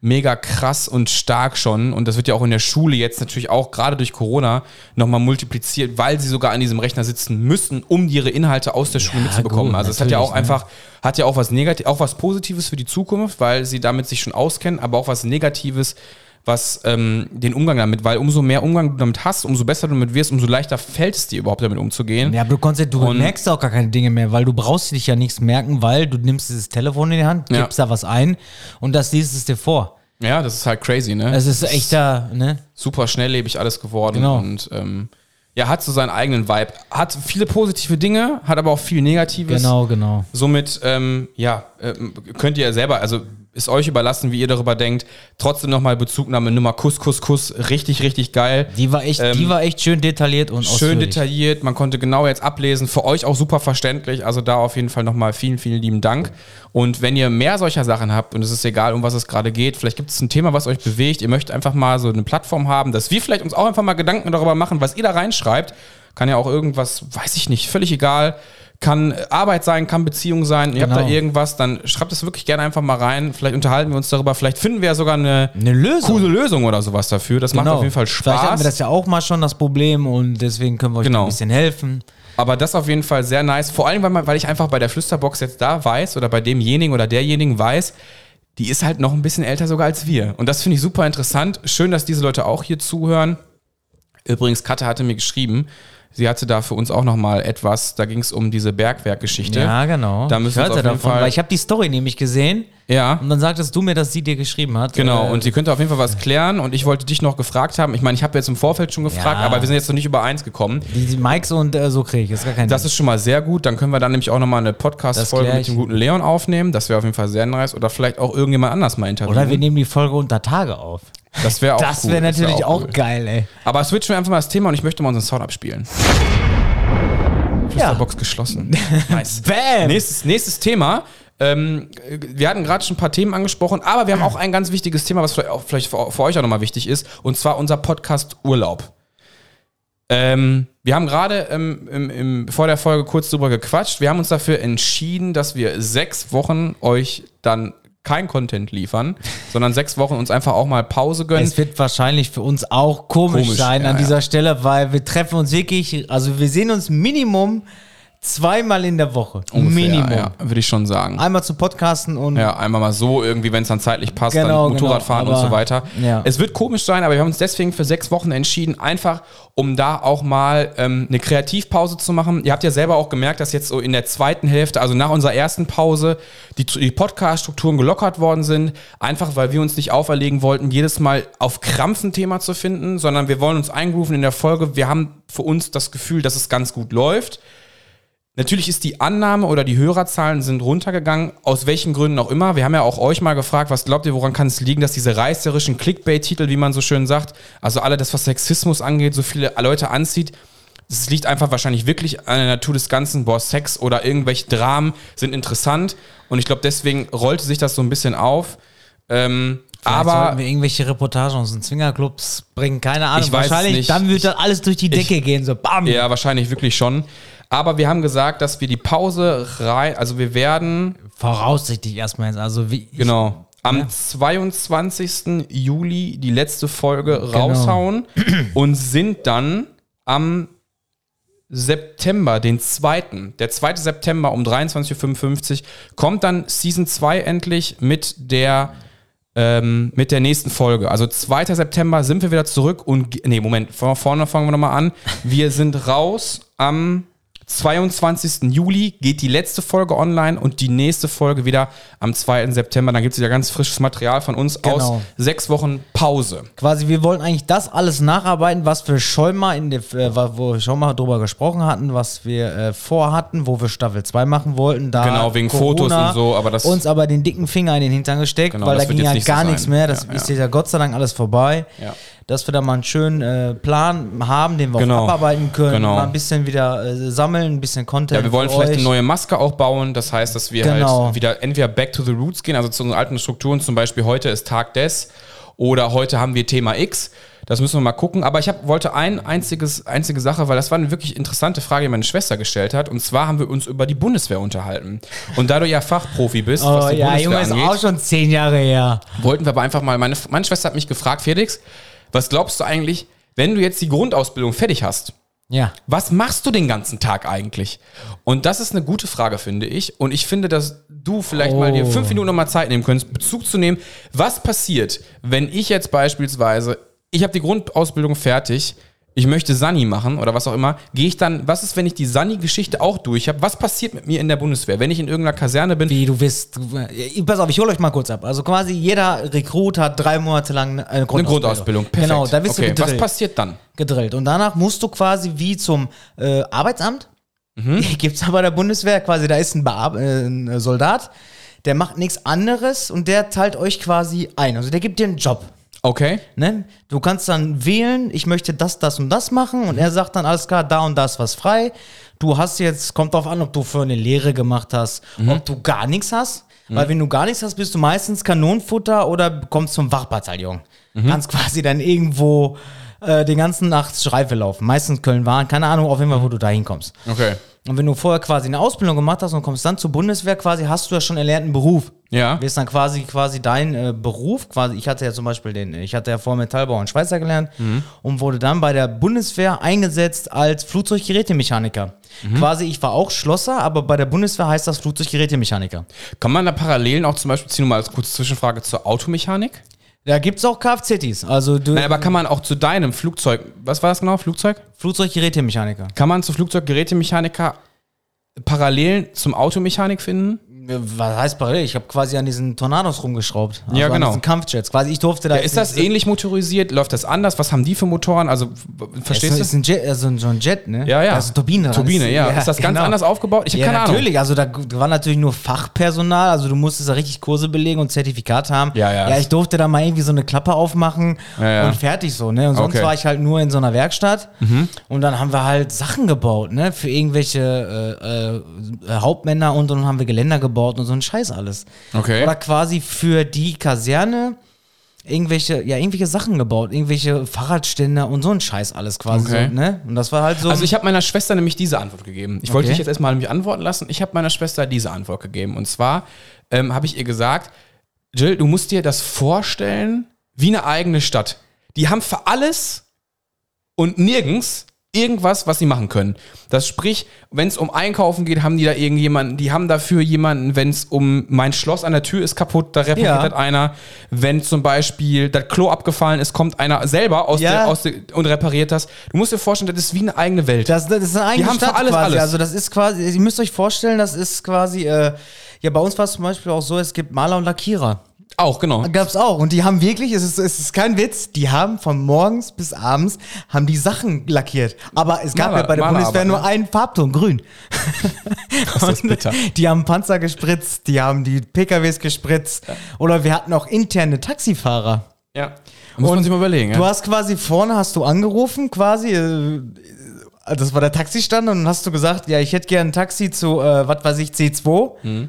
A: mega krass und stark schon. Und das wird ja auch in der Schule jetzt natürlich auch gerade durch Corona nochmal multipliziert, weil sie sogar an diesem Rechner sitzen müssen, um ihre Inhalte aus der Schule
B: Ja,
A: mitzubekommen.
B: gut,
A: also es hat ja auch
B: natürlich, ne?
A: einfach einfach, hat ja auch was Negatives, auch was Positives für die Zukunft, weil sie damit sich schon auskennen, aber auch was Negatives, was ähm, den Umgang damit, weil umso mehr Umgang du damit hast, umso besser du damit wirst, umso leichter fällt es dir überhaupt damit umzugehen.
B: Ja, aber du, konntest, du
A: Und-
B: merkst auch gar keine Dinge mehr, weil du brauchst dich ja nichts merken, weil du nimmst dieses Telefon in die Hand,
A: Ja.
B: gibst da was ein und das liest es dir vor.
A: Ja, das ist halt crazy, ne?
B: Es ist echter, ne?
A: super schnelllebig alles geworden
B: Genau.
A: und ähm, ja, hat so seinen eigenen Vibe. Hat viele positive Dinge, hat aber auch viel Negatives.
B: Genau, genau.
A: Somit, ähm, ja, ähm, könnt ihr ja selber, also ist euch überlassen, wie ihr darüber denkt. Trotzdem nochmal Bezugnahme Nummer Kuss, Kuss, Kuss. Richtig, richtig geil.
B: Die war echt,
A: Ähm,
B: die war echt schön detailliert und
A: Schön
B: ausführlich.
A: detailliert, man konnte genau jetzt ablesen, für euch auch super verständlich. Also da auf jeden Fall nochmal vielen, vielen lieben Dank. Und wenn ihr mehr solcher Sachen habt und es ist egal, um was es gerade geht, vielleicht gibt es ein Thema, was euch bewegt, ihr möchtet einfach mal so eine Plattform haben, dass wir vielleicht uns auch einfach mal Gedanken darüber machen, was ihr da reinschreibt. Kann ja auch irgendwas, weiß ich nicht, völlig egal. Kann Arbeit sein, kann Beziehung sein. Ihr habt
B: Genau.
A: da irgendwas, dann schreibt es wirklich gerne einfach mal rein. Vielleicht unterhalten wir uns darüber. Vielleicht finden wir ja sogar eine
B: Eine Lösung. Genau.
A: coole Lösung oder sowas dafür. Das macht auf jeden Fall Spaß.
B: Vielleicht hatten wir das ja auch mal schon, das Problem, und deswegen können wir euch
A: Genau.
B: ein bisschen helfen.
A: Aber das auf jeden Fall sehr nice. Vor allem, weil, man, weil ich einfach bei der Flüsterbox jetzt da weiß oder bei demjenigen oder derjenigen weiß, die ist halt noch ein bisschen älter sogar als wir. Und das finde ich super interessant. Schön, dass diese Leute auch hier zuhören. Übrigens, Katja hatte mir geschrieben, sie hatte da für uns auch nochmal etwas, da ging es um diese Bergwerkgeschichte.
B: Ja, genau.
A: Da müssen wir
B: ich hörte
A: uns auf jeden
B: davon,
A: Fall-
B: weil ich habe die Story nämlich gesehen
A: ja.
B: und dann sagtest du mir, dass sie dir geschrieben hat.
A: Genau,
B: Mhm. Äh,
A: und sie könnte auf jeden Fall was klären und ich wollte dich noch gefragt haben. Ich meine, ich habe jetzt im Vorfeld schon gefragt,
B: Ja.
A: aber wir sind jetzt noch nicht über eins gekommen.
B: die, die Mikes und äh, so kriege ich, ist gar kein
A: Das
B: Ding.
A: ist schon mal sehr gut. Dann können wir dann nämlich auch nochmal eine
B: Das
A: Podcast-Folge
B: klär
A: mit
B: ich.
A: dem guten Leon aufnehmen. Das wäre auf jeden Fall sehr nice. Oder vielleicht auch irgendjemand anders mal interviewen.
B: Oder wir nehmen die Folge unter Tage auf.
A: das wäre auch
B: das
A: cool.
B: wäre natürlich
A: wär
B: auch,
A: cool.
B: geil, ey.
A: Aber switchen wir einfach mal das Thema und ich möchte mal unseren Sound abspielen.
B: Ja.
A: Box geschlossen. nice.
B: Bam!
A: Nächstes, nächstes Thema. Ähm, wir hatten gerade schon ein paar Themen angesprochen, aber wir haben auch ein ganz wichtiges Thema, was vielleicht, auch, vielleicht für, für euch auch nochmal wichtig ist, und zwar unser Podcast Urlaub. Ähm, wir haben gerade ähm, im, im, vor der Folge kurz drüber gequatscht. Wir haben uns dafür entschieden, dass wir sechs Wochen euch dann kein Content liefern, sondern sechs Wochen uns einfach auch mal Pause gönnen.
B: Es wird wahrscheinlich für uns auch komisch,
A: Komisch,
B: sein
A: ja,
B: an
A: ja.
B: dieser Stelle, weil wir treffen uns wirklich, also wir sehen uns Minimum zweimal in der Woche.
A: Ungefähr,
B: Minimum.
A: Ja, würde ich schon sagen.
B: Einmal zu podcasten und
A: Ja, einmal mal so irgendwie, wenn es dann zeitlich passt,
B: Genau,
A: dann Motorradfahren
B: genau,
A: und so
B: aber-
A: weiter.
B: ja.
A: Es wird komisch sein, aber wir haben uns deswegen für sechs Wochen entschieden, einfach um da auch mal ähm, eine Kreativpause zu machen. Ihr habt ja selber auch gemerkt, dass jetzt so in der zweiten Hälfte, also nach unserer ersten Pause, die, die Podcast-Strukturen gelockert worden sind, einfach weil wir uns nicht auferlegen wollten, jedes Mal auf Krampf ein Thema zu finden, sondern wir wollen uns eingrooven in der Folge. Wir haben für uns das Gefühl, dass es ganz gut läuft. Natürlich ist die Annahme oder die Hörerzahlen sind runtergegangen, aus welchen Gründen auch immer. Wir haben ja auch euch mal gefragt, was glaubt ihr, woran kann es liegen, dass diese reißerischen Clickbait-Titel, wie man so schön sagt, also alle das, was Sexismus angeht, so viele Leute anzieht. Es liegt einfach wahrscheinlich wirklich an der Natur des Ganzen. Boah, Sex oder irgendwelche Dramen sind interessant. Und ich glaube, deswegen rollte sich das so ein bisschen auf. Ähm,
B: Vielleicht
A: aber
B: sollten wir irgendwelche Reportagen aus den Swingerclubs bringen, keine Ahnung.
A: Ich weiß es
B: Wahrscheinlich,
A: nicht.
B: dann wird das alles durch die Decke gehen, so bam.
A: ja, wahrscheinlich wirklich schon. Aber wir haben gesagt, dass wir die Pause rein, also wir werden
B: Voraussichtlich erstmal jetzt, also wie.
A: Genau. Am 22. Juli die letzte Folge raushauen und sind dann am September, den 2. Der 2. September um 23.55 Uhr kommt dann Season 2 endlich mit der ähm, mit der nächsten Folge. Also 2. September sind wir wieder zurück und ge- nee, Moment, von vorne fangen wir nochmal an. Wir sind raus am 22. Juli geht die letzte Folge online und die nächste Folge wieder am 2. September. Dann gibt es wieder ganz frisches Material von uns aus
B: Genau.
A: sechs Wochen Pause.
B: Quasi, wir wollen eigentlich das alles nacharbeiten, was wir schon mal in der, äh, wo wir schon mal drüber gesprochen hatten, was wir äh, vorhatten, wo wir Staffel 2 machen wollten. Da
A: Genau, wegen Fotos und so, aber das-
B: Uns aber den dicken Finger in den Hintern gesteckt,
A: Genau,
B: weil
A: das
B: da
A: wird
B: ging
A: jetzt
B: ja
A: nicht so
B: gar
A: sein.
B: nichts mehr. Das
A: Ja,
B: ist
A: ja.
B: ja Gott sei Dank alles vorbei.
A: Ja.
B: Dass wir da mal einen schönen äh, Plan haben, den wir
A: Genau.
B: auch abarbeiten können.
A: Genau.
B: Mal ein bisschen wieder äh, sammeln, ein bisschen Content.
A: Ja, wir wollen
B: für
A: vielleicht
B: euch.
A: eine neue Maske auch bauen. Das heißt, dass wir
B: Genau.
A: halt wieder entweder back to the roots gehen, also zu unseren alten Strukturen. Zum Beispiel heute ist Tag des oder heute haben wir Thema X. Das müssen wir mal gucken. Aber ich hab, wollte ein einziges, einzige Sache, weil das war eine wirklich interessante Frage, die meine Schwester gestellt hat. Und zwar haben wir uns über die Bundeswehr unterhalten. Und da du ja Fachprofi bist,
B: Oh
A: die
B: ja, Junge, ist auch schon zehn Jahre her.
A: wollten wir aber einfach mal, meine, meine Schwester hat mich gefragt, Felix, was glaubst du eigentlich, wenn du jetzt die Grundausbildung fertig hast
B: Ja.
A: Was machst du den ganzen Tag eigentlich? Und das ist eine gute Frage, finde ich. Und ich finde, dass du vielleicht mal dir
B: Oh.
A: fünf Minuten nochmal Zeit nehmen könntest, Bezug zu nehmen. Was passiert, wenn ich jetzt beispielsweise, ich habe die Grundausbildung fertig, ich möchte Sani machen oder was auch immer, gehe ich dann, was ist, wenn ich die Sani-Geschichte auch durch habe? Was passiert mit mir in der Bundeswehr, wenn ich in irgendeiner Kaserne bin?
B: Wie du wisst. du- äh, Pass auf, ich hole euch mal kurz ab. Also quasi jeder Rekrut hat drei Monate lang eine Grundausbildung.
A: Eine Grundausbildung, perfekt.
B: Genau, da bist
A: okay.
B: du
A: Was
B: gedrillt.
A: passiert dann?
B: gedrillt. Und danach musst du quasi wie zum äh, Arbeitsamt.
A: Mhm.
B: Gibt's aber der Bundeswehr quasi, da ist ein, Beab äh, ein äh, Soldat, der macht nichts anderes und der teilt euch quasi ein. Also der gibt dir einen Job.
A: Okay.
B: Ne? Du kannst dann wählen, ich möchte das, das und das machen und er sagt dann, alles klar, da und da ist was frei. Du hast jetzt, kommt drauf an, ob du für eine Lehre gemacht hast, ob du gar nichts hast. Weil wenn du gar nichts hast, bist du meistens Kanonenfutter oder kommst zum Wachbataillon. Kannst quasi dann irgendwo äh, den ganzen Nacht Schreife laufen. Meistens Köln-Waren, keine Ahnung, auf jeden Fall, wo du da hinkommst.
A: Okay.
B: Und wenn du vorher quasi eine Ausbildung gemacht hast und kommst dann zur Bundeswehr, quasi hast du ja schon erlernten Beruf.
A: Ja.
B: Wirst dann quasi quasi dein äh, Beruf, quasi, ich hatte ja zum Beispiel den, ich hatte ja vor Metallbau und Schweizer gelernt und wurde dann bei der Bundeswehr eingesetzt als Flugzeuggerätemechaniker. Quasi, ich war auch Schlosser, aber bei der Bundeswehr heißt das Flugzeuggerätemechaniker.
A: Kann man da Parallelen auch zum Beispiel ziehen, nur mal als kurze Zwischenfrage zur Automechanik?
B: Da gibt es auch Kfz-Tis, also du,
A: Nein, aber kann man auch zu deinem Flugzeug, was war das genau, Flugzeug?
B: Flugzeuggerätemechaniker.
A: Kann man zu Flugzeuggerätemechaniker Parallelen zum Automechanik finden?
B: Was heißt parallel? Ich habe quasi an diesen Tornados rumgeschraubt. Also
A: Ja,
B: an
A: genau.
B: diesen Kampfjets. Quasi, ich durfte da.
A: Ist das ähnlich motorisiert? Läuft das anders? Was haben die für Motoren? Also, w- verstehst
B: Es
A: du?
B: ist ein Jet, also ein- so ein Jet, ne?
A: Ja, ja.
B: Also Turbine.
A: Turbine,
B: Das-
A: ja. Ist das ganz
B: genau.
A: anders aufgebaut? Ich habe
B: ja,
A: keine Ahnung.
B: natürlich. Also da g- war natürlich nur Fachpersonal. Also du musstest da richtig Kurse belegen und Zertifikat haben.
A: Ja, ja.
B: Ja, ich durfte da mal irgendwie so eine Klappe aufmachen
A: Ja, ja.
B: und fertig so, ne? Und sonst
A: Okay. Mhm.
B: war ich halt nur in so einer Werkstatt. Und dann haben wir halt Sachen gebaut, ne? Für irgendwelche äh, äh, Hauptmänner und dann haben wir Geländer gebaut und so ein Scheiß alles.
A: Okay.
B: Oder quasi für die Kaserne irgendwelche, ja, irgendwelche Sachen gebaut, irgendwelche Fahrradständer und so ein Scheiß alles quasi,
A: Okay.
B: so, ne? Und das war halt so.
A: Also, ich habe meiner Schwester nämlich diese Antwort gegeben. Ich wollte
B: Okay.
A: dich jetzt erstmal nämlich antworten lassen. Ich habe meiner Schwester diese Antwort gegeben. Und zwar ähm, habe ich ihr gesagt, Jill, du musst dir das vorstellen wie eine eigene Stadt. Die haben für alles und nirgends irgendwas, was sie machen können. Das sprich, wenn es um Einkaufen geht, haben die da irgendjemanden, die haben dafür jemanden, wenn es um mein Schloss an der Tür ist kaputt, da repariert
B: Ja.
A: das einer. Wenn zum Beispiel das Klo abgefallen ist, kommt einer selber aus
B: Ja.
A: der, aus der, und repariert das. Du musst dir vorstellen, das ist wie eine eigene Welt.
B: Das, das ist eine eigene
A: Die haben für
B: Stadt
A: alles
B: quasi.
A: alles.
B: Also das ist quasi, ihr müsst euch vorstellen, das ist quasi, äh, ja bei uns war es zum Beispiel auch so, es gibt Maler und Lackierer.
A: Auch, genau.
B: Gab's auch. Und die haben wirklich, es ist, es ist kein Witz, die haben von morgens bis abends, haben die Sachen lackiert. Aber es gab
A: Maler-
B: ja bei der
A: Malerarbeit,
B: Bundeswehr nur
A: ne?
B: einen Farbton, grün.
A: Das ist bitter.
B: Die haben Panzer gespritzt, die haben die PKWs gespritzt. Oder wir hatten auch interne Taxifahrer.
A: Ja. Muss man sich mal überlegen.
B: Du
A: Ja.
B: hast quasi vorne hast du angerufen, quasi. äh, Das war der Taxistand und dann hast du gesagt, ja, ich hätte gern ein Taxi zu, äh, was weiß ich, C2.
A: Mhm.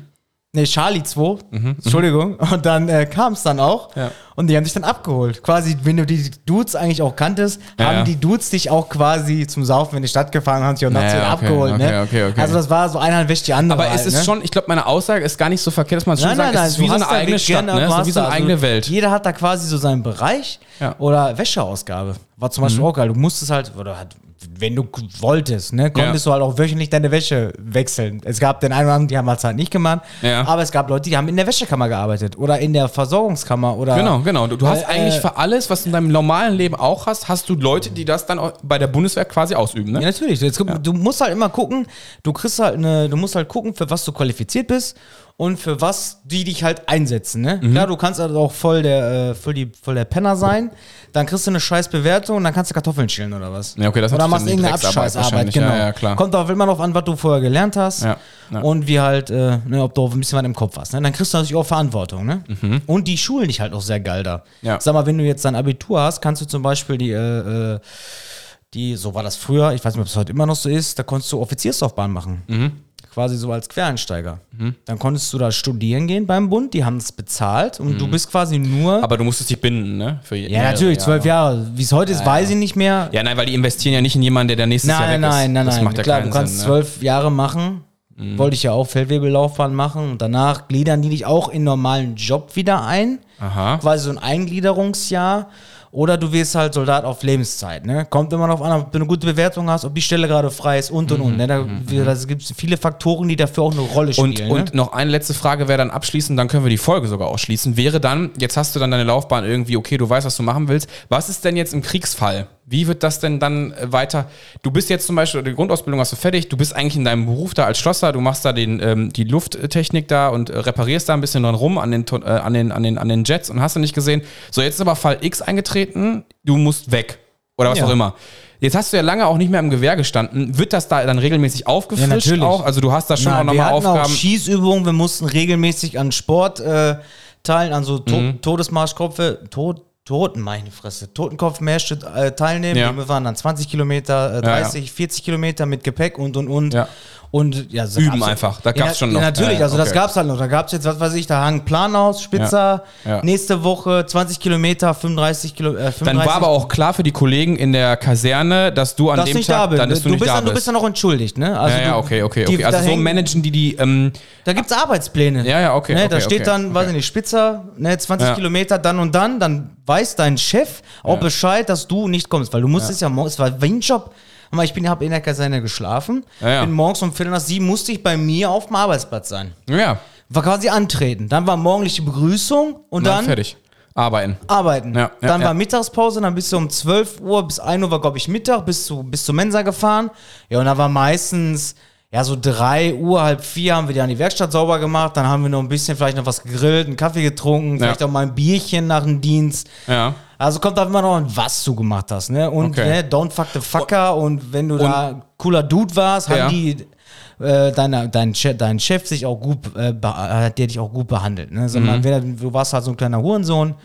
B: Ne, Charlie 2. Entschuldigung. Und dann äh, kam es dann auch.
A: Ja.
B: Und die haben dich dann abgeholt. Quasi, wenn du die Dudes eigentlich auch kanntest,
A: Ja,
B: haben
A: ja.
B: die Dudes dich auch quasi zum Saufen in die Stadt gefahren, haben dich auch nachts
A: Ja,
B: wieder
A: okay,
B: abgeholt.
A: okay,
B: ne?
A: okay, okay.
B: Also das war so einer Hand wäscht die andere.
A: Aber es ist
B: ne?
A: schon, ich glaube, meine Aussage ist gar nicht so verkehrt, dass man es schon
B: Nein, nein,
A: sagt,
B: nein,
A: es ist wie
B: du
A: so eine
B: hast da
A: eigene Stadt,
B: gerne-
A: ne?
B: du
A: Es ist
B: hast
A: wie so
B: da- also
A: eine eigene Welt.
B: Jeder hat da quasi so seinen Bereich
A: Ja. Mhm.
B: oder Wäscheausgabe. War zum Beispiel auch geil. Du musstest halt, oder halt, wenn du k- wolltest, ne, konntest du halt auch wöchentlich deine Wäsche wechseln. Es gab den einen oder anderen, die haben das halt nicht gemacht,
A: Ja.
B: aber es gab Leute, die haben in der Wäschekammer gearbeitet oder in der Versorgungskammer oder.
A: Genau, genau. Du, du hast
B: Äh,
A: eigentlich
B: äh,
A: für alles, was du in deinem normalen Leben auch hast, hast du Leute, die das dann auch bei der Bundeswehr quasi ausüben. Ne?
B: Ja, natürlich. Jetzt, guck- Du musst halt immer gucken, du kriegst halt eine, du musst halt gucken, für was du qualifiziert bist und für was die dich halt einsetzen. Ne?
A: Mhm.
B: Klar, du kannst halt auch voll der, äh, voll, die, voll der Penner sein, dann kriegst du eine scheiß Bewertung und dann kannst du Kartoffeln schälen oder was.
A: Ja, okay, das ist
B: oder
A: natürlich
B: machst
A: dann die
B: irgendeine
A: Drecksarbeit
B: Abscheißarbeit,
A: wahrscheinlich.
B: genau.
A: Ja, ja, klar.
B: Kommt auch immer darauf an, was du vorher gelernt hast
A: Ja, ja.
B: und wie halt, äh, ne, ob du auch ein bisschen was im Kopf hast. Ne? Dann kriegst du natürlich auch Verantwortung. Ne? Und die schulen dich halt auch sehr geil da.
A: Mhm. Ja.
B: Sag mal, wenn du jetzt dein Abitur hast, kannst du zum Beispiel die äh, äh, die, so war das früher, ich weiß nicht, ob es heute immer noch so ist, da konntest du Offizierslaufbahn machen. Quasi so als Quereinsteiger. Dann konntest du da studieren gehen beim Bund, die haben es bezahlt und du bist quasi nur.
A: Aber du musstest dich binden, ne? Für
B: Mhm. ja, natürlich, zwölf Jahre. Wie es heute ist, weiß ich nicht mehr.
A: Ja, nein, weil die investieren ja nicht in jemanden, der der nächstes Jahr
B: nein,
A: weg
B: nein,
A: ist.
B: nein,
A: das
B: nein.
A: macht ja
B: Klar,
A: keinen
B: du kannst
A: Sinn, ne? Mhm.
B: zwölf Jahre machen. Wollte ich ja auch Feldwebellaufbahn machen und danach gliedern die dich auch in normalen Job wieder ein.
A: Aha.
B: Quasi so ein Eingliederungsjahr. Oder du wirst halt Soldat auf Lebenszeit. Ne? Kommt immer noch an, ob du eine gute Bewertung hast, ob die Stelle gerade frei ist und und und. Ne? Da, da gibt es viele Faktoren, die dafür auch eine Rolle spielen.
A: Mhm. Und,
B: ne?
A: und noch eine letzte Frage wäre dann abschließend, dann können wir die Folge sogar ausschließen. Wäre dann, jetzt hast du dann deine Laufbahn irgendwie, okay, du weißt, was du machen willst. Was ist denn jetzt im Kriegsfall? Wie wird das denn dann äh, weiter? Du bist jetzt zum Beispiel, die Grundausbildung hast du fertig, du bist eigentlich in deinem Beruf da als Schlosser, du machst da den, ähm, die Lufttechnik da und äh, reparierst da ein bisschen dran rum an den, Ton- äh, an, den, an, den, an den Jets und hast du nicht gesehen. So, jetzt ist aber Fall X eingetreten, du musst weg oder was
B: Ja.
A: auch immer. Jetzt hast du ja lange auch nicht mehr im Gewehr gestanden. Wird das da dann regelmäßig aufgefrischt
B: natürlich.
A: auch? Also du hast da schon
B: Na,
A: auch
B: wir
A: nochmal
B: hatten
A: Aufgaben.
B: auch Schießübungen, wir mussten regelmäßig an Sport äh, teilen, an so to
A: Mhm.
B: Todesmarschkopfe, Tod, Toten, meine Fresse, Totenkopfmärsche äh, teilnehmen.
A: Ja.
B: Wir waren dann 20 Kilometer, äh,
A: Ja, ja.
B: 30, 40 Kilometer mit Gepäck und und und.
A: Ja.
B: Und ja, das
A: Üben
B: gab's-
A: einfach, da gab's
B: ja,
A: schon
B: ja,
A: noch.
B: Natürlich,
A: Ja,
B: also das
A: okay.
B: gab's halt noch. Da gab's jetzt, was weiß ich, da hang Plan aus, Spitzer,
A: Ja, ja.
B: nächste Woche 20 Kilometer, 35 Kilometer. Äh, 35
A: Dann war aber auch klar für die Kollegen in der Kaserne, dass du an
B: dass
A: dem
B: ich da
A: Tag,
B: bin.
A: dann dass du, nicht
B: bist
A: da
B: dann, du bist
A: bist.
B: dann auch entschuldigt, ne? Also
A: ja, ja,
B: du-
A: okay, okay,
B: die-
A: okay. Also
B: da
A: so
B: hängen-
A: managen die die, ähm,
B: Da gibt es Arbeitspläne.
A: Ja, ja, okay,
B: Ne, da
A: okay,
B: steht
A: okay,
B: dann, weiß
A: okay.
B: ich nicht, Spitzer, ne, 20
A: Ja.
B: Kilometer, dann und dann, dann weiß dein Chef auch Bescheid, dass du nicht kommst, weil du musstest ja, morgens, es war wie ein Job. Aber ich bin, hab in der Kaserne geschlafen,
A: Ja, ja.
B: bin morgens um Viertel nach sieben, musste ich bei mir auf dem Arbeitsplatz sein.
A: ja,
B: War quasi antreten. Dann war morgendliche Begrüßung und
A: dann
B: dann
A: fertig. Arbeiten.
B: arbeiten.
A: Ja, ja,
B: dann
A: ja.
B: war Mittagspause, dann bist du um 12 Uhr bis 1 Uhr war, glaube ich, Mittag, bis zu, bis zur Mensa gefahren. Ja, und da war meistens, ja, so 3 Uhr, halb 4 haben wir dann die Werkstatt sauber gemacht, dann haben wir noch ein bisschen vielleicht noch was gegrillt, einen Kaffee getrunken, vielleicht auch mal ein Bierchen nach dem Dienst.
A: Ja.
B: Also kommt da immer noch an, was du gemacht hast, ne? Und
A: Okay.
B: ne, don't fuck the fucker und wenn du da cooler Dude warst,
A: Ja.
B: haben die äh, deiner, dein, Chef, dein Chef sich auch gut, äh, beha- hat der dich auch gut behandelt, ne?
A: Mhm.
B: Sondern wenn du warst halt so ein kleiner Hurensohn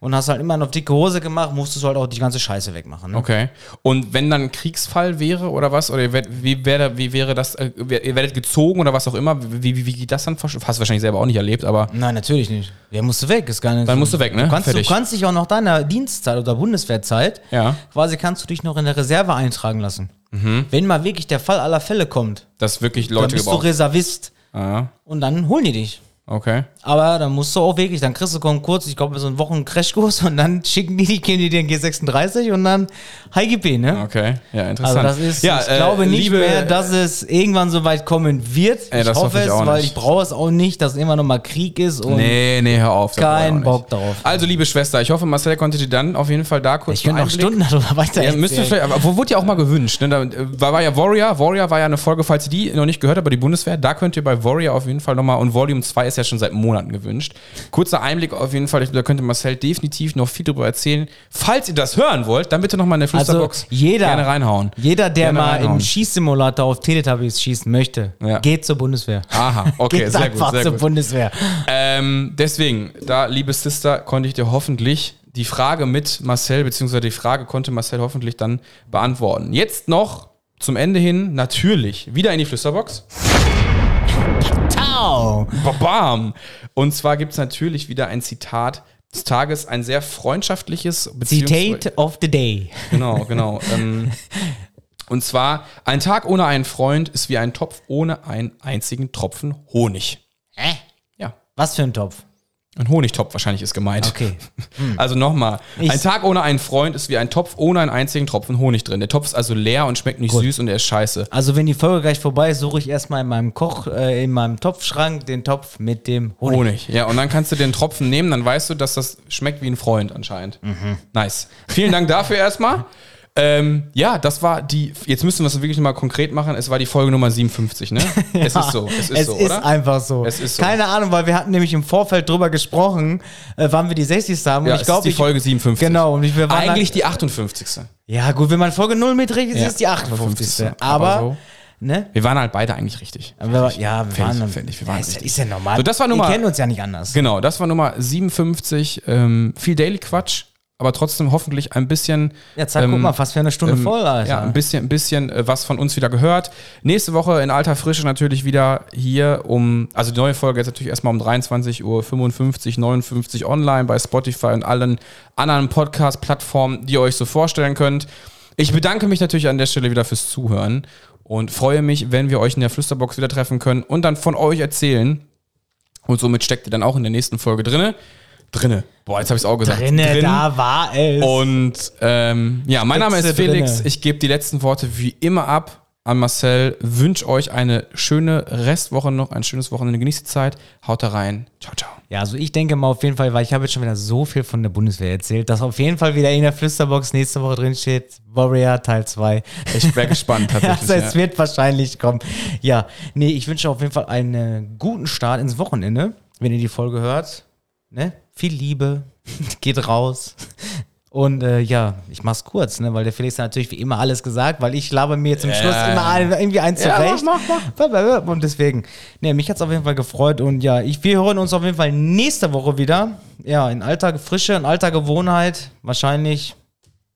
B: und hast halt immer noch dicke Hose gemacht, musstest du halt auch die ganze Scheiße wegmachen, ne?
A: Okay. Und wenn dann ein Kriegsfall wäre oder was, oder ihr werdet- wie, wäre, wie wäre das, äh, wer- ihr werdet gezogen oder was auch immer, wie, wie, wie geht das dann? vor- Hast du wahrscheinlich selber auch nicht erlebt, aber
B: Nein, natürlich nicht. Der musste weg, ist gar nicht.
A: Dann musst du weg, ne?
B: Du kannst, du
A: Fertig.
B: kannst dich auch nach deiner Dienstzeit oder Bundeswehrzeit,
A: Ja.
B: quasi kannst du dich noch in der Reserve eintragen lassen. Wenn mal wirklich der Fall aller Fälle kommt,
A: dass wirklich
B: dann
A: Leute
B: bist du
A: gebraucht.
B: Reservist.
A: Ah,
B: Und dann holen die dich.
A: okay.
B: Aber dann musst du auch wirklich, dann kriegst du komm kurz, ich glaube, so einen Wochen Crashkurs und dann schicken die die Kinder dir einen G36 und dann HGP, ne?
A: Okay. Ja,
B: Also
A: interessant.
B: das ist,
A: ja,
B: ich
A: äh,
B: glaube nicht
A: liebe-
B: mehr, dass es irgendwann so weit kommen wird.
A: Ey,
B: ich
A: das hoffe ich
B: es,
A: auch
B: weil
A: nicht.
B: ich brauche es auch nicht, dass immer nochmal Krieg ist und
A: Nee, nee, hör auf. da brauch ich
B: Kein
A: auch nicht.
B: Bock drauf.
A: Also, liebe Schwester, ich hoffe, Marcel konnte dir dann auf jeden Fall da kurz
B: ich könnte
A: einen
B: noch Stunden darüber weiter
A: Ja, müsst ihr
B: erzählen.
A: vielleicht, aber wo wurde ja auch mal gewünscht. Ne? Da äh, war, war ja Warrior. Warrior war ja eine Folge, falls ihr die noch nicht gehört habt, über die Bundeswehr. Da könnt ihr bei Warrior auf jeden Fall nochmal, und Volume 2 ist ja schon seit Monaten gewünscht. Kurzer Einblick auf jeden Fall, ich, da könnte Marcel definitiv noch viel drüber erzählen. Falls ihr das hören wollt, dann bitte nochmal in der
B: also
A: Flüsterbox
B: jeder,
A: gerne reinhauen.
B: jeder, der
A: Gerne
B: mal
A: reinhauen.
B: im Schießsimulator auf Teletubbies schießen möchte,
A: Ja.
B: geht zur Bundeswehr.
A: Aha, okay,
B: geht
A: sehr gut,
B: einfach
A: sehr
B: zur
A: gut.
B: Bundeswehr.
A: Ähm, deswegen, da, liebe Sister, konnte ich dir hoffentlich die Frage mit Marcel, beziehungsweise die Frage konnte Marcel hoffentlich dann beantworten. Jetzt noch zum Ende hin natürlich wieder in die Flüsterbox.
B: Tau!
A: Babam! Und zwar gibt es natürlich wieder ein Zitat des Tages, ein sehr freundschaftliches beziehungsweise-
B: Zitate of the day.
A: Genau, genau. ähm, und zwar: Ein Tag ohne einen Freund ist wie ein Topf ohne einen einzigen Tropfen Honig.
B: Hä?
A: Ja.
B: Was für ein Topf?
A: Ein Honigtopf wahrscheinlich ist gemeint.
B: Okay.
A: Also nochmal.
B: Ich-
A: Ein Tag ohne einen Freund ist wie ein Topf ohne einen einzigen Tropfen Honig drin. Der Topf ist also leer und schmeckt nicht süß und er ist scheiße.
B: Also wenn die Folge gleich vorbei ist, suche ich erstmal in meinem Koch, äh, in meinem Topfschrank den Topf mit dem Honig.
A: Honig. Ja, und dann kannst du den Tropfen nehmen, dann weißt du, dass das schmeckt wie ein Freund anscheinend.
B: Mhm.
A: Nice. Vielen Dank dafür erstmal. Ähm, ja, das war die, jetzt müssen wir es wirklich mal konkret machen, es war die Folge Nummer 57, ne? Es ist so, es ist
B: es
A: so,
B: ist
A: oder?
B: einfach so.
A: Es ist so.
B: Keine Ahnung, weil wir hatten nämlich im Vorfeld drüber gesprochen, äh, wann wir die 60. haben.
A: ja,
B: und
A: es
B: ich
A: ist die
B: glaube,
A: Folge 57.
B: Genau, und wir waren
A: Eigentlich die 58.
B: Ja gut, wenn man Folge 0 mitrechnet,
A: Ja,
B: ist es die 58.
A: 58.
B: Aber,
A: Aber so.
B: ne?
A: Wir waren halt beide eigentlich richtig.
B: Aber, ja, wir
A: Fertig,
B: waren dann.
A: fertig, wir waren
B: ja, ist, ja-
A: richtig.
B: ist ja normal.
A: So, das war Nummer-
B: Wir kennen uns ja nicht anders.
A: Genau, das war Nummer 57. Ähm, viel Daily-Quatsch, aber trotzdem hoffentlich ein bisschen.
B: Ja, zack,
A: ähm,
B: guck mal, fast für eine Stunde voll, Alter.
A: Ja, ein bisschen, ein bisschen äh, was von uns wieder gehört. Nächste Woche in alter Frische natürlich wieder hier um, also die neue Folge jetzt natürlich erstmal um 23 Uhr 55, 59 online bei Spotify und allen anderen Podcast-Plattformen, die ihr euch so vorstellen könnt. Ich bedanke mich natürlich an der Stelle wieder fürs Zuhören und freue mich, wenn wir euch in der Flüsterbox wieder treffen können und dann von euch erzählen. Und somit steckt ihr dann auch in der nächsten Folge drinne. Drinne. Boah, jetzt habe ich es auch gesagt.
B: Drinne,
A: Drin.
B: da war es.
A: Und ähm, ja, mein Name ist
B: Sitze
A: Felix.
B: drinne.
A: Ich gebe die letzten Worte wie immer ab an Marcel. Wünsche euch eine schöne Restwoche noch, ein schönes Wochenende. Genießt die Zeit. Haut da rein. Ciao, ciao.
B: Ja, also ich denke mal auf jeden Fall, weil ich habe jetzt schon wieder so viel von der Bundeswehr erzählt, dass auf jeden Fall wieder in der Flüsterbox nächste Woche drin steht, Warrior Teil 2.
A: Ich wäre gespannt tatsächlich.
B: Also es
A: ja.
B: wird wahrscheinlich kommen. Ja, nee, ich wünsche auf jeden Fall einen äh, guten Start ins Wochenende, wenn ihr die Folge hört. Ne? Viel Liebe, geht raus. Und äh, ja, ich mach's kurz, ne? weil der Felix hat natürlich wie immer alles gesagt, weil ich laber mir zum
A: Ja.
B: Schluss immer ein, irgendwie eins
A: Ja,
B: zurecht.
A: mach,
B: Und deswegen, ne, mich hat's auf jeden Fall gefreut und ja, ich, wir hören uns auf jeden Fall nächste Woche wieder. Ja, in alter Frische, in alter Gewohnheit, wahrscheinlich,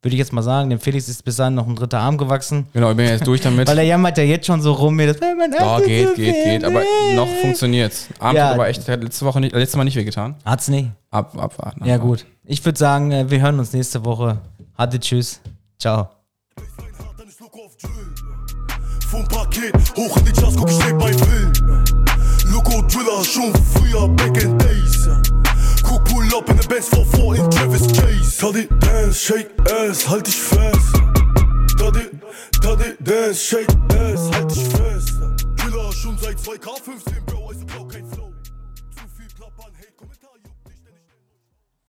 B: würde ich jetzt mal sagen, dem Felix ist bis dahin noch ein dritter Arm gewachsen.
A: Genau, ich bin ja jetzt durch damit.
B: Weil er jammert ja jetzt schon so rum, mir das.
A: Oh, geht, geht, geht. Aber noch funktioniert's. Abend
B: Ja.
A: hat aber echt hat letzte Woche nicht, letztes Mal nicht wehgetan.
B: Hat's nicht.
A: Ab, abwarten.
B: Ja,
A: abwarten.
B: gut. Ich würde sagen, äh, wir hören uns nächste Woche. Hatte, tschüss. Ciao.
C: Bassline hart, dann ist Loco auf Drill. Vom Paket hoch in die Charts, guck, ich steh bei Will. Loco Driller, schon früher back in days. Guck, pull up in der Benz, 4-4 in Travis Chase. Taddy Dance, shake ass, halt dich fest. Taddy, Taddy Dance, shake ass, halt dich fest. Driller, schon seit 2K15